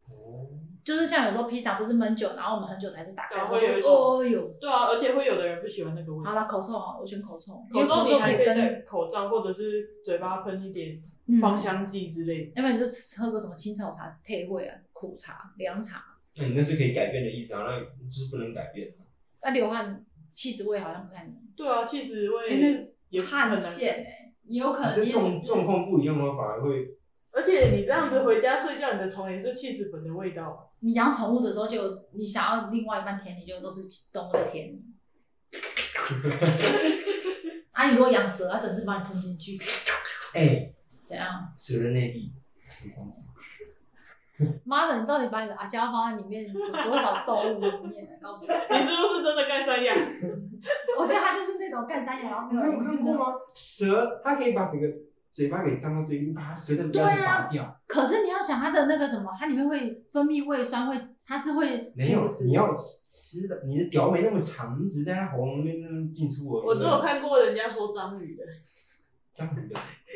Speaker 3: 哦，
Speaker 2: 就是像有时候披萨不是闷久，然后我们很久才是打开的时候，
Speaker 1: 对会有一种
Speaker 2: 哦哟。
Speaker 1: 对啊，而且会有的人不喜欢那个味
Speaker 2: 好
Speaker 1: 道。
Speaker 2: 了，口臭啊，我选口臭，因
Speaker 1: 口
Speaker 2: 为
Speaker 1: 罩
Speaker 2: 口
Speaker 1: 你
Speaker 2: 臭
Speaker 1: 还
Speaker 2: 可
Speaker 1: 可
Speaker 2: 以
Speaker 1: 以
Speaker 2: 跟
Speaker 1: 戴口罩，或者是嘴巴喷一点
Speaker 2: 嗯
Speaker 1: 芳香剂之类的。
Speaker 2: 要不然你就喝个什么青草茶、退会啊、苦茶、凉茶。
Speaker 3: 那你那是可以改变的意思啊，那你就是不能改变啊。
Speaker 2: 那流汗气死味好像不太能，
Speaker 1: 对啊，气死味
Speaker 6: 因为
Speaker 1: 也
Speaker 6: 那汗
Speaker 1: 很难
Speaker 6: 腺
Speaker 2: 欸
Speaker 6: 哎，也有可能
Speaker 3: 这
Speaker 6: 也
Speaker 3: 状
Speaker 6: 只是
Speaker 3: 状况不一样的话，反而会
Speaker 1: 而且你这样子回家睡觉，你的床也是气死粉的味 道。
Speaker 2: 你养宠物的时候就你想要另外一半舔你，就都是动物的 舔你。
Speaker 4: 啊，你如果养蛇，它整只把你吞进去，
Speaker 3: 哎，
Speaker 2: 怎样？
Speaker 3: 蛇的内壁。
Speaker 2: 妈的，你到底把你的阿胶放在里面，有多少动物里面？告诉我。
Speaker 1: 你是不是真的干三样？
Speaker 4: 我觉得它就是那种干三眼，然后
Speaker 3: 你
Speaker 4: 没
Speaker 3: 没
Speaker 4: 有
Speaker 3: 有
Speaker 4: 人
Speaker 3: 看
Speaker 4: 吃
Speaker 3: 过
Speaker 4: 的。
Speaker 3: 吗？蛇它可以把整个嘴巴给张到最硬，把它舌头给它拔掉。
Speaker 2: 可是你要想它的那个什么，它里面会分泌胃酸，会它是会
Speaker 3: 没有
Speaker 2: 腐，蚀
Speaker 3: 你要吃的，你的屌没那么长，你只是在它喉咙那边那边进出而 已。
Speaker 1: 我只有看过人家说章鱼的，
Speaker 3: 章鱼的，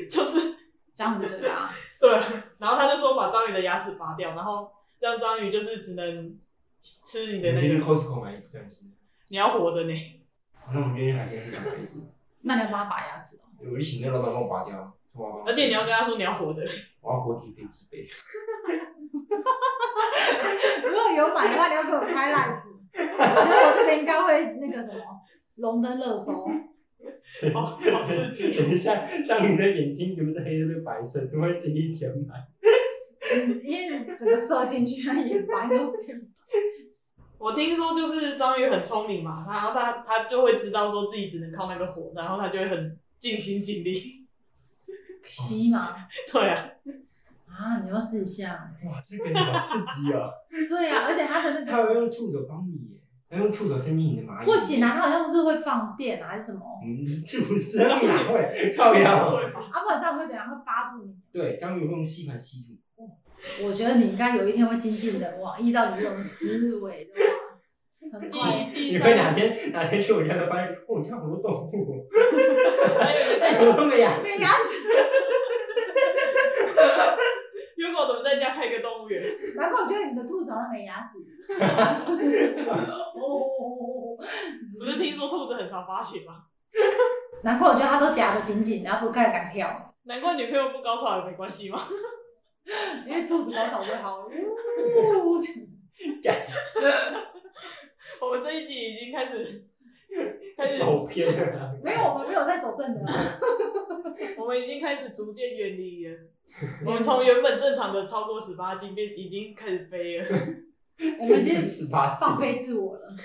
Speaker 1: 就是
Speaker 2: 长你的嘴巴。
Speaker 1: 对，啊然后他就说把章鱼的牙齿拔掉，然后让章鱼就是只能吃你
Speaker 3: 我
Speaker 1: 的
Speaker 3: 们
Speaker 1: 那
Speaker 3: 今天
Speaker 1: 个，
Speaker 3: Costco 买一只章鱼，
Speaker 1: 你要活的呢。
Speaker 3: 那我们今天海鲜市场买一只，
Speaker 2: 那你要帮它拔牙齿哦。
Speaker 3: 我就请那老板帮我拔掉，说我要拔
Speaker 1: 而且你要跟他说你要活的，
Speaker 3: 我要活体飞机杯，
Speaker 4: 如果有买的话，你要给我拍 live。我觉得我这个应该会那个什么，
Speaker 2: 龙的热搜，
Speaker 1: 好好刺 激。
Speaker 3: 等一下，章鱼的眼睛原本是黑的，变白色，突然经历填满。
Speaker 4: 因为整个射进去，它眼白都变白。
Speaker 1: 我听说就是章鱼很聪明嘛，然后他他就会知道说自己只能靠那个火，然后他就会很尽心尽力。
Speaker 2: 吸吗？
Speaker 1: 对啊，
Speaker 2: 啊，你要不要试一下。
Speaker 3: 哇，这个你好刺激哦！
Speaker 2: 对啊，而且它的那
Speaker 3: 他
Speaker 2: 个
Speaker 3: 要用触手帮你耶，要用触手伸进你的蚂蚁。
Speaker 2: 不行啊，它好像是会放电啊，还是什么？
Speaker 3: 嗯，触手哪会？靠腰。
Speaker 1: 对吧？
Speaker 2: 啊，不然这样会怎样？会扒住你。
Speaker 3: 对，章鱼会用吸盘吸住。
Speaker 2: 我觉得你应该有一天会精进的哇！依照你这种思维的话，很快。
Speaker 1: 第第
Speaker 3: 你会哪
Speaker 1: 三，
Speaker 3: 天 哪天去我家的发现，哦，你哎看好多动物，
Speaker 1: 还有一个
Speaker 3: 我都没 牙
Speaker 4: 没
Speaker 3: 齿。
Speaker 4: 牙齿，
Speaker 1: 如果我怎么在家开个动物园？
Speaker 4: 难怪我觉得你的兔子好像没牙齿。
Speaker 1: 不是听说兔子很常发情吗？
Speaker 2: 难怪我觉得他都夹得紧紧，然后不太敢跳，
Speaker 1: 难怪女朋友不高潮也没关系吗？
Speaker 2: 因为兔子高潮会 好。
Speaker 1: 我们这一集已经开始开始，
Speaker 3: 走偏了。
Speaker 4: 没有，我们没有在走正的。
Speaker 1: 我们已经开始逐渐远离 了。我们从原本正常的超过十八斤，变已经开始飞了。
Speaker 2: 我们已经
Speaker 3: 十八禁
Speaker 2: 放飞自我了。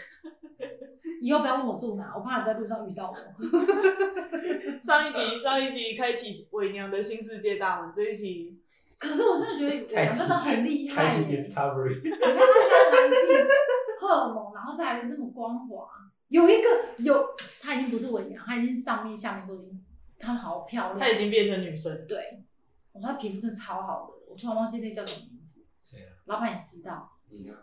Speaker 2: 以后不要问我住哪，我怕你在路上遇到我。
Speaker 1: 上一集上一集开启伪娘的新世界大门，这一集
Speaker 2: 可是我真的觉得我们真的很厉害
Speaker 3: 开启
Speaker 2: 耶！
Speaker 3: discovery，
Speaker 2: 你看他现在男性荷尔蒙，然后再来那么光滑，有一个有，他已经不是伪娘，他已经上面下面都已经，他好漂
Speaker 1: 她已
Speaker 2: 亮。
Speaker 1: 经变成女生。
Speaker 2: 对，哇，他皮肤真的超好的，我突然忘记那叫什么名字。
Speaker 3: 谁啊？
Speaker 2: 老板也知道。
Speaker 3: 你啊？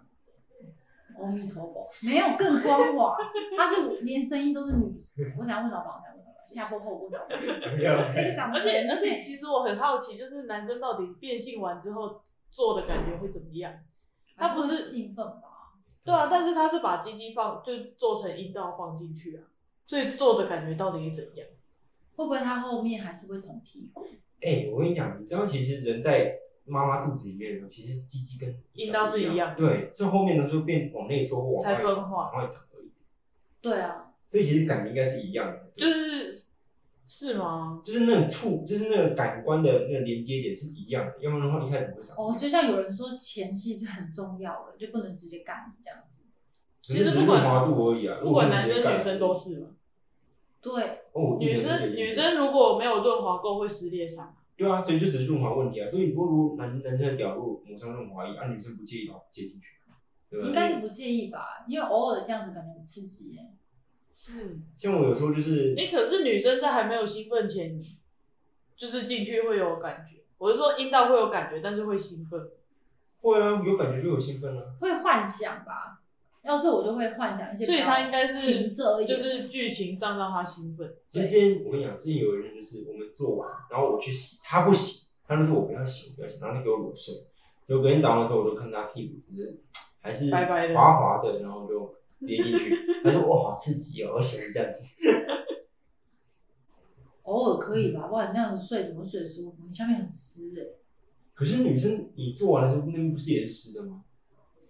Speaker 2: 阿弥陀佛，没有更光滑，她是连声音都是女生。我等下问老板，我等下问老板，下播后我问老板。
Speaker 3: 没有
Speaker 2: 那个长得
Speaker 1: 而且
Speaker 3: 嗯
Speaker 2: 很
Speaker 1: 而且，其实我很好奇，就是男生到底变性完之后做的感觉会怎么样？他不
Speaker 2: 还
Speaker 1: 是
Speaker 2: 会兴奋吧？
Speaker 1: 对啊，但是他是把鸡鸡放，就做成阴道放进去啊，所以做的感觉到底是怎样？
Speaker 2: 会不会他后面还是会捅屁股？
Speaker 3: 哎，我跟你讲，你知道其实人在妈妈肚子里面的时候，其实鸡鸡跟
Speaker 1: 阴道是一样的
Speaker 3: 对，这后面呢就变往内缩或往外
Speaker 1: 才分化
Speaker 3: 往外长而已。
Speaker 2: 对啊，
Speaker 3: 所以其实感觉应该是一样的，
Speaker 1: 就是是是吗？
Speaker 3: 就是那种触，就是那个感官的那个连接点是一样的，要不然的话
Speaker 2: 哦
Speaker 3: 一开始不会长。
Speaker 2: 哦，就像有人说前戏是很重要的，就不能直接干这样子。
Speaker 1: 其
Speaker 3: 那
Speaker 1: 实不
Speaker 3: 只是润滑
Speaker 1: 管
Speaker 3: 度而已啊，
Speaker 1: 不管男
Speaker 3: 润
Speaker 1: 生
Speaker 3: 滑
Speaker 1: 女
Speaker 3: 度直接
Speaker 1: 生
Speaker 3: 干
Speaker 1: 都是嘛。
Speaker 6: 对，
Speaker 3: 哦，
Speaker 1: 女生女生如果没有润滑够，会撕裂伤。
Speaker 3: 对啊，所以就只是润滑问题啊。所以你不如男男生的屌如果抹上润滑液，啊女生不介意的话接进去，对吧？
Speaker 6: 应该是不介意吧，因为偶尔这样子感觉很刺激耶。
Speaker 1: 嗯，
Speaker 3: 像我有时候就是
Speaker 1: 哎，可是女生在还没有兴奋前，就是进去会有感觉。我是说阴道会有感觉，但是会兴奋。
Speaker 3: 会啊，有感觉就有兴奋啊。
Speaker 6: 会幻想吧。要是我就会幻想一些比
Speaker 1: 所
Speaker 6: 较，
Speaker 1: 以他应该是
Speaker 6: 情色一
Speaker 1: 就
Speaker 6: 点
Speaker 1: 是剧情上让他兴奋。
Speaker 3: 其实之前我跟你讲，之前有人就是我们做完，然后我去洗，他不洗，他就说我不要洗，我不要洗，然后他给我裸睡。就隔天早上的时候，我就看他屁股就是还是
Speaker 1: 白白的
Speaker 3: 滑滑的，然后我就直接进去。他说哇，好刺激哦，我喜欢这样子。
Speaker 2: 偶尔可以吧，不然你那样子睡怎么睡得舒服？你下面很湿哎、
Speaker 3: 可是女生你做完的时候，那边不是也是湿的吗？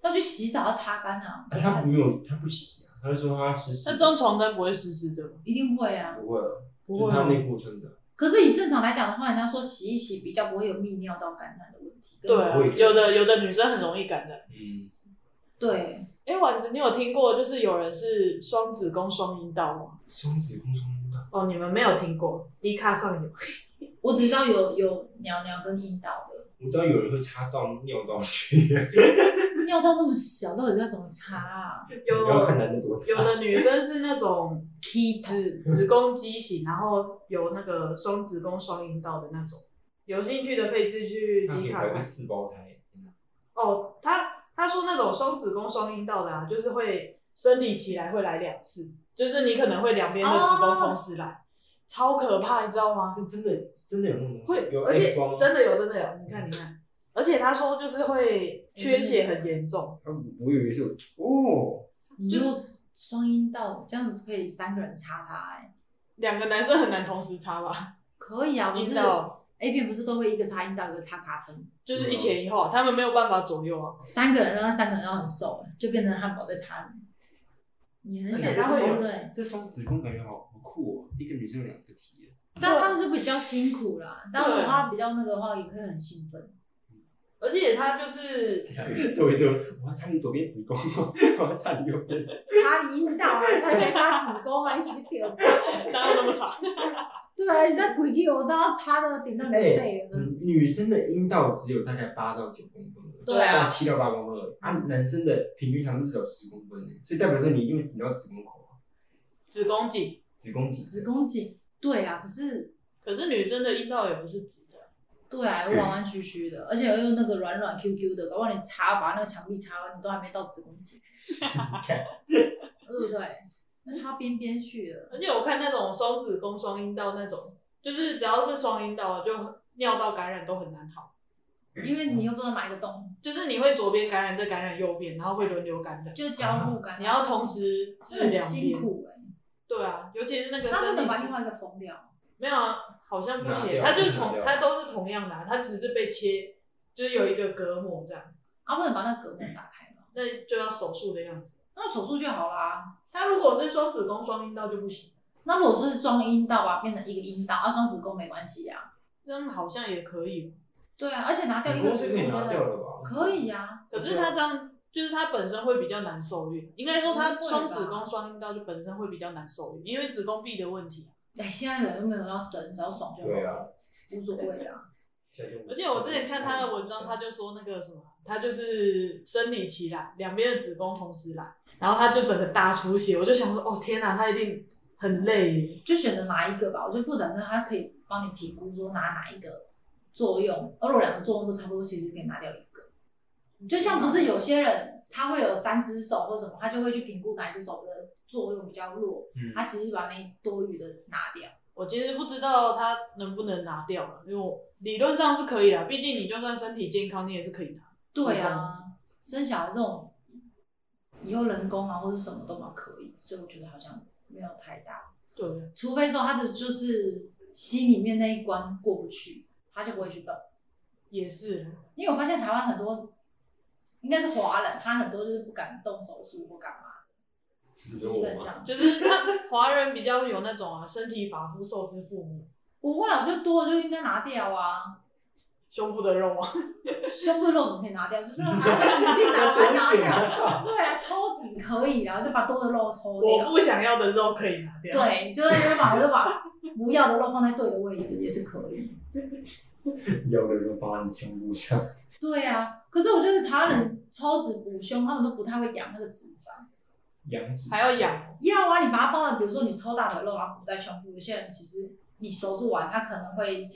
Speaker 2: 要去洗澡要擦干啊，
Speaker 3: 啊，他没有，他不洗啊，他就说他湿湿
Speaker 1: 那
Speaker 3: 的。
Speaker 1: 张床单不会湿湿的吗？
Speaker 2: 一定会啊。
Speaker 3: 不会，
Speaker 1: 不
Speaker 3: 就
Speaker 1: 会
Speaker 3: 是他
Speaker 1: 吗
Speaker 3: 内裤穿着。
Speaker 2: 可是以正常来讲的话，人家说洗一洗比较不会有泌尿道感染的问题。
Speaker 1: 对啊
Speaker 3: 我也觉，得
Speaker 1: 有的有的女生很容易感染。
Speaker 3: 嗯，
Speaker 2: 对，
Speaker 1: 哎、丸子，你有听过就是有人是双子宫双阴道吗？
Speaker 3: 双子宫双阴道，
Speaker 1: 哦，你们没有听过，迪卡上有。
Speaker 2: 我只知道有有尿尿跟阴道的，
Speaker 3: 我知道有人会插到尿道去，
Speaker 2: 尿道那么小，到底要怎么擦啊？
Speaker 3: 你不要看男的多
Speaker 1: 有
Speaker 3: 大。
Speaker 1: 的女生是那种 子子宫畸形，然后有那个双子宫双阴道的那种。有兴趣的可以自己去
Speaker 3: 他可
Speaker 1: 迪
Speaker 3: 以
Speaker 1: 卡
Speaker 3: 怀个
Speaker 1: 看。
Speaker 3: 四胞胎，
Speaker 1: 哦，他他说那种双子宫双阴道的啊，就是会生理期来会来两次，就是你可能会两边的子宫同时来，超可怕，你知道吗？
Speaker 3: 那真的真的有那种东
Speaker 1: 会
Speaker 3: 西，有，
Speaker 1: 而且
Speaker 3: X 光吗？
Speaker 1: 真的有，真的有，你看，你看，而且他说就是会缺血很严重，
Speaker 3: 啊，我以为是哦，
Speaker 2: 你就双阴道这样子可以三个人擦它哎、
Speaker 1: 两个男生很难同时插吧？
Speaker 2: 可以啊，不
Speaker 1: 阴
Speaker 2: 是
Speaker 1: 道
Speaker 2: A 片不是都会一个插阴道，一个插卡层，
Speaker 1: 就是一前一后啊，他们没有办法左右啊。
Speaker 2: 三个人那三个人要很瘦哎、就变成汉堡在插你。你很想
Speaker 3: 那
Speaker 2: 插
Speaker 3: 也是
Speaker 2: 对不
Speaker 3: 说
Speaker 2: 对？
Speaker 3: 这双子宫感觉好好酷哦，一个女生有两个体 耶，
Speaker 2: 但他们是比较辛苦啦，当然
Speaker 1: 对
Speaker 2: 的话比较那个的话也会很兴奋。
Speaker 1: 而且他就是
Speaker 3: 走一走，我要插你左边子宫， 我要插你右边，
Speaker 4: 插你阴道啊，插谁插子宫啊，一起丢。
Speaker 1: 哪有那么长？
Speaker 4: 对啊，你在鬼地我都要插到顶到你的肺了。
Speaker 3: 嗯女生的阴道只有大概八到九公分而已，
Speaker 1: 对啊
Speaker 3: 大概七到八公分而已，啊，男生的平均长度至少十公分耶，所以代表说你一定会顶到子宫口啊，
Speaker 1: 子宫颈，
Speaker 3: 子宫颈，
Speaker 2: 子宫颈，对啦，可是
Speaker 1: 可是女生的阴道也不是直的，
Speaker 2: 对 啊，弯弯曲曲的，而且又那个软软 Q Q 的，搞不好你插把那个墙壁插完，你都还没到子宫 颈，
Speaker 3: 看
Speaker 2: 对不对？那插边边去了，
Speaker 1: 而且我看那种双子宫双阴道那种，就是只要是双阴道啊就尿道感染都很难好，
Speaker 2: 因为你又不知道哪一个洞，
Speaker 1: 就是你会左边感染再感染右边，然后会轮流感染，
Speaker 2: 就
Speaker 3: 啊
Speaker 2: 交互感染，
Speaker 1: 你要同时治
Speaker 2: 很
Speaker 1: 两
Speaker 2: 辛
Speaker 1: 边。
Speaker 2: 苦哎、
Speaker 1: 对啊，尤其是那个
Speaker 2: 他不
Speaker 1: 生理
Speaker 2: 能把
Speaker 1: 期
Speaker 2: 另外一个缝掉，
Speaker 1: 没有啊，好像不写，
Speaker 3: 拿掉
Speaker 1: 它就是
Speaker 3: 拿
Speaker 1: 同
Speaker 3: 掉
Speaker 1: 它都是同样的啊、它只是被切，就是有一个隔膜这样，
Speaker 2: 他啊不能把那个隔膜打开嘛，
Speaker 1: 那就要手术的样子。
Speaker 2: 那手术就好啦。
Speaker 1: 它如果是双子宫双阴道就不行，
Speaker 2: 那如果是双阴道吧，变成一个阴道，啊，双子宫没关系啊。
Speaker 1: 这样好像也可以，
Speaker 2: 对啊，而且拿掉
Speaker 3: 子
Speaker 2: 一个
Speaker 3: 宫是可以
Speaker 2: 我觉
Speaker 3: 拿
Speaker 2: 得
Speaker 3: 掉的吧？
Speaker 2: 可以啊呀、
Speaker 1: 可是它这样。就是它本身会比较难受孕，应该说它双子宫双阴道就本身会比较难受孕，因为子宫壁的问题。啊
Speaker 2: 哎，现在人又没有要生，只要爽就好
Speaker 3: 对啊
Speaker 2: 了，无所谓啊啦。
Speaker 1: 而且我之前看他的文
Speaker 3: 哦
Speaker 1: 章，他就说那个什么，他就是生理期来，两边的子宫同时来，然后他就整个大出血，我就想说，哦天哪、他一定很累耶。
Speaker 2: 就选择哪一个吧。我觉得妇产科它可以帮你评估说拿哪一个作用，而如果两个作用都差不多，其实可以拿掉一个。就像不是有些人他会有三只手或什么，他就会去评估哪一只手的作用比较弱，
Speaker 3: 嗯
Speaker 2: 他其实把那多余的拿掉。
Speaker 1: 我其实不知道它能不能拿掉了，因为我理论上是可以的，毕竟你就算身体健康，你也是可以拿。
Speaker 2: 对啊，生小孩这种以后人工啊或者什么都蛮可以，所以我觉得好像没有太大，
Speaker 1: 对，
Speaker 2: 除非说他的就是心里面那一关过不去，他就不会去动。
Speaker 1: 也是。
Speaker 2: 因为我发现台湾很多，应该是华人，他很多就是不敢动手术或干嘛，
Speaker 3: 你说
Speaker 2: 基
Speaker 3: 我
Speaker 2: 本
Speaker 3: 吗？
Speaker 2: 上
Speaker 1: 就是他 华人比较有那种啊，身体发肤受之父母。
Speaker 2: 不会啊，我觉得多了就应该拿掉啊。
Speaker 1: 胸部的肉吗？
Speaker 2: 胸部的肉怎么可以拿掉？就是
Speaker 4: 然
Speaker 2: 拿
Speaker 4: 后
Speaker 2: 掉
Speaker 4: 把眼镜拿来拿 掉，
Speaker 2: 对啊，抽脂可以，啊然后就把多的肉抽
Speaker 1: 我
Speaker 2: 掉。
Speaker 1: 不想要的肉可以拿掉。，
Speaker 2: 对，就是把就把不要的肉放在对的位置也是可以。
Speaker 7: 有的就放在你胸部上，
Speaker 2: 对啊，可是我觉得台湾人抽脂补胸，他们都不太会养那个脂肪。
Speaker 7: 养殖
Speaker 1: 还要养，
Speaker 2: 要啊，你把它放在，比如说你抽大腿肉，然后补在胸部，有些人其实你手术完，他可能会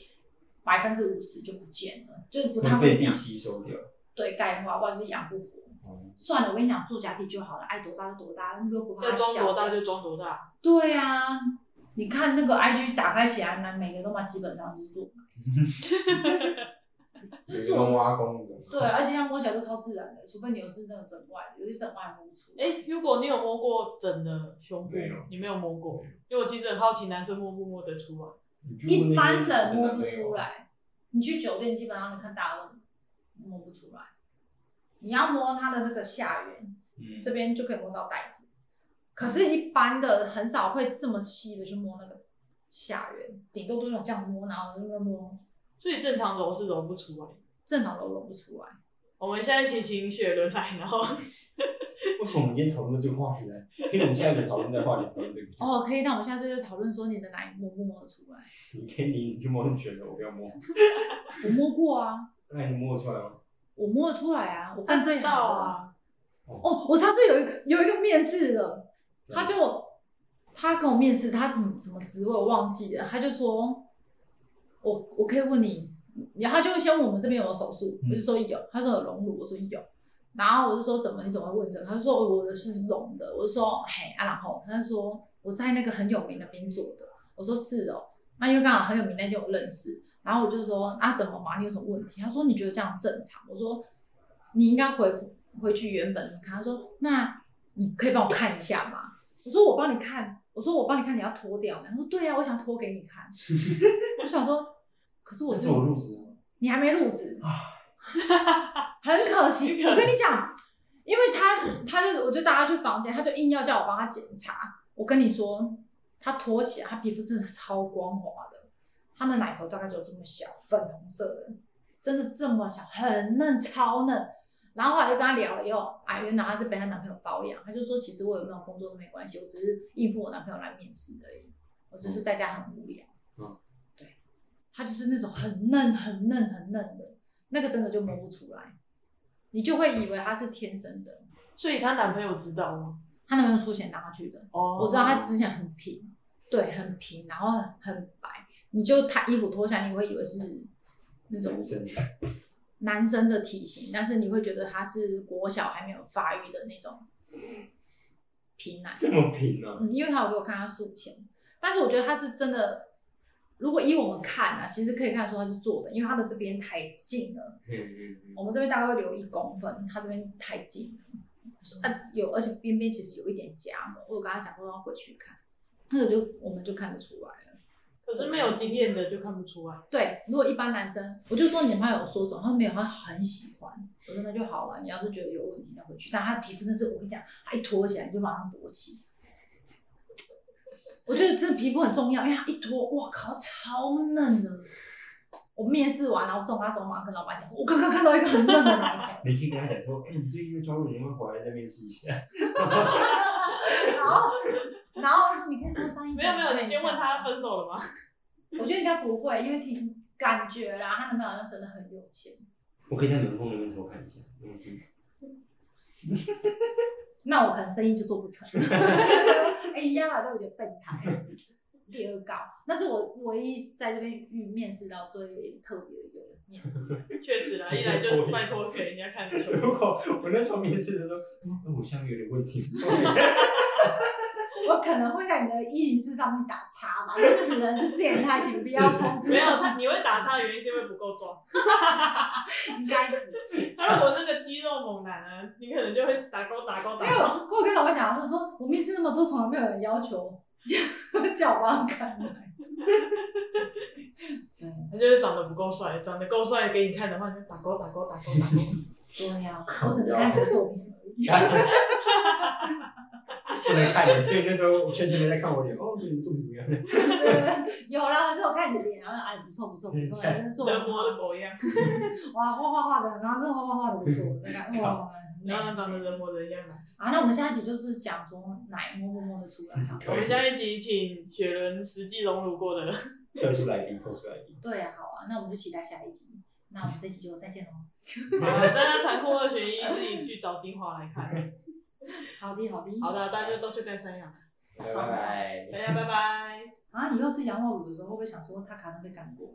Speaker 2: 百分之五十就不见了，就是不太
Speaker 7: 会被
Speaker 2: 会
Speaker 7: 自己
Speaker 2: 养，
Speaker 7: 吸收掉。
Speaker 2: 对钙化或者是养不活。
Speaker 7: 哦，
Speaker 2: 算了，我跟你讲，做假体就好了，爱多大就多大，如果不怕
Speaker 1: 要
Speaker 2: 它
Speaker 1: 装多
Speaker 2: 小
Speaker 1: 大就装多大。
Speaker 2: 对啊，你看那个 IG 打开起来，那每个都嘛基本上是做，
Speaker 7: 有这种挖工的，
Speaker 2: 对，而且它摸起来都超自然的，除非你有是那种整外，有些整外摸不出。
Speaker 1: 哎、如果你有摸过整的胸部
Speaker 7: 没有，
Speaker 1: 你没有摸过，因为我其实很好奇男生摸不摸得出来。
Speaker 7: 你去问那
Speaker 2: 一
Speaker 7: 些
Speaker 2: 般人摸不
Speaker 7: 你的男
Speaker 3: 啊
Speaker 7: 朋
Speaker 2: 出
Speaker 7: 友，
Speaker 2: 来。你去酒店，基本上你看大家都摸不出来。你要摸它的那个下缘，
Speaker 7: 嗯，
Speaker 2: 这边就可以摸到带子。可是，一般的很少会这么细的去摸那个下缘，顶多都是这样摸，然后那个摸，
Speaker 1: 所以正常揉是揉不出来。
Speaker 2: 正常揉揉不出来。
Speaker 1: 我们现在一起请雪伦来，然后
Speaker 3: 为什么我们今天讨论这个话题呢？因为我们现在可以讨论在话题讨论这个。
Speaker 2: 哦，可以，那我们下次就讨论说你的奶摸不摸得出来？
Speaker 3: 你可以你你去摸你选的，我不要摸。
Speaker 2: 我摸过啊，
Speaker 3: 那你摸得出来吗？
Speaker 2: 我摸得出来啊，我干这一行
Speaker 1: 到
Speaker 2: 的。
Speaker 1: 啊，
Speaker 2: 哦，我上次有一个有一个面试的，他就他跟我面试，他怎么怎么职位我忘记了，他就说，我我可以问你，然后他就会先问我们这边有没有手术，
Speaker 3: 嗯
Speaker 2: 我就说有，他说有隆乳，我说有，然后我就说怎么你怎么会问这个？他就说哦我的是隆的，我就说嘿啊，然后他就说我在那个很有名的边做的，我说是哦，那因为刚好很有名那间我认识，然后我就说啊怎么嘛，你有什么问题？他说你觉得这样正常？我说你应该回复回去原本的看。他说那你可以帮我看一下吗？我说我帮你看，我说我帮你看，你要脱掉吗？他说对啊，我想脱给你看。 我想说，可是我
Speaker 3: 那
Speaker 2: 是
Speaker 3: 是我入职的吗？
Speaker 2: 你还没入职，啊 很可惜。我跟你讲，因为他他就我就带他去房间，他就硬要叫我帮他检查。我跟你说，他脱起来，他皮肤真的超光滑的，他的奶头大概只有这么小，粉红色的，真的这么小，很嫩，超嫩。然后后来就跟他聊了以后，啊，原来她是被她男朋友包养，她就说其实我有没有工作都没关系，我只是应付我男朋友来面试而已，我只是在家很无聊。
Speaker 7: 嗯，
Speaker 2: 对，她就是那种很嫩、很嫩、很嫩的，那个真的就摸不出来，你就会以为她是天生的。
Speaker 1: 所以她男朋友知道吗？
Speaker 2: 她男朋友出钱让她去的，
Speaker 1: 哦，
Speaker 2: 我知道她之前很平，对，很平，然后很很白，你就她衣服脱下来，你会以为是那种
Speaker 7: 男生
Speaker 2: 男生的体型，但是你会觉得他是国小还没有发育的那种平奶。
Speaker 3: 这么平啊？
Speaker 2: 嗯，因为他有给我看他术前，但是我觉得他是真的，如果依我们看啊，其实可以看出他是做的，因为他的这边太近了，
Speaker 7: 嗯嗯
Speaker 2: 我们这边大概会留一公分，他这边太近了。啊，有，而且边边其实有一点夹膜，我有跟他讲过要回去看，那个就我们就看得出来了。
Speaker 1: 可是没有经验的就看不出来。
Speaker 2: 对，如果一般男生，我就说你妈有说什么，他说没有，他很喜欢。我说那就好啊了，你要是觉得有问题，那回去。但他的皮肤真是，我跟你讲，他一脱起来就马上勃起。我觉得这皮肤很重要，因为他一脱，哇靠，超嫩的。我面试完，然后送他走，马上跟老板讲，我刚刚看到一个很嫩的男朋友。
Speaker 3: 你可以跟他讲说，哎、你最近在招人，你们回来再面试一下。
Speaker 2: 然后，然后说你可以多穿一点。
Speaker 1: 没有没有，你先问他
Speaker 2: 分。
Speaker 1: 分手了吗？
Speaker 2: 我觉得应该不会，因为挺感觉啦，他男朋友好像真的很有钱。
Speaker 3: 我可以在门缝里面偷看一下，有没有镜子？
Speaker 2: 那我可能生意就做不 成。哎呀，那我觉得笨台，第二高，那是我唯一在这边遇面试到最特别的一个面试。
Speaker 1: 确实啦，
Speaker 3: 直
Speaker 1: 一
Speaker 3: 接
Speaker 1: 来
Speaker 3: 脱
Speaker 1: 就
Speaker 3: 衣
Speaker 1: 拜托给人家看的胸
Speaker 3: 如
Speaker 1: 部。
Speaker 3: 果我那时候面试的时候，嗯，我下面有点问题，
Speaker 2: 我可能会在你的一零四上面打叉吧，你此人是变态，请不要通知我。
Speaker 1: 没有他，你会打叉的原因是因为不够壮。
Speaker 2: 应该是。
Speaker 1: 他如果那个肌肉猛男呢，你可能就会打勾打勾
Speaker 2: 因
Speaker 1: 打
Speaker 2: 为
Speaker 1: 勾。
Speaker 2: 我我有跟老板讲，我说我面试那么多，从来没有人要求叫我帮他看奶。对
Speaker 1: 他就是长得不够帅，长得够帅给你看的话，你就打勾打勾打勾打勾。
Speaker 2: 对呀、我只能看你的作品而已。
Speaker 3: 不能看你。所以那时候我全程没在看我脸，哦，你们做什么样？人，
Speaker 2: 有啦，反正我看你的脸，然后哎，不错不错不错，真的做得
Speaker 1: 人
Speaker 2: 很好
Speaker 1: 模的狗样，
Speaker 2: 哇，画画画的，然后这画画画的不错，那个哇，很美
Speaker 1: 然后长得人模的样啊。
Speaker 2: 啊，那我们下一集就是讲说奶摸摸摸的出来哈。
Speaker 1: 我们下一集请雪伦实际融入过的，
Speaker 3: 特殊来宾，特殊来宾，
Speaker 2: 对啊，好啊，那我们就期待下一集。那我们这集就再见喽。
Speaker 1: 好 大家残酷二选一，自己去找精华来看。
Speaker 2: 好的，好的。
Speaker 1: 好的，大家都去干山羊，
Speaker 3: 拜拜。
Speaker 1: 大家拜拜。
Speaker 2: 啊，以后吃羊肉卤的时候，会不会想说他可能被干过？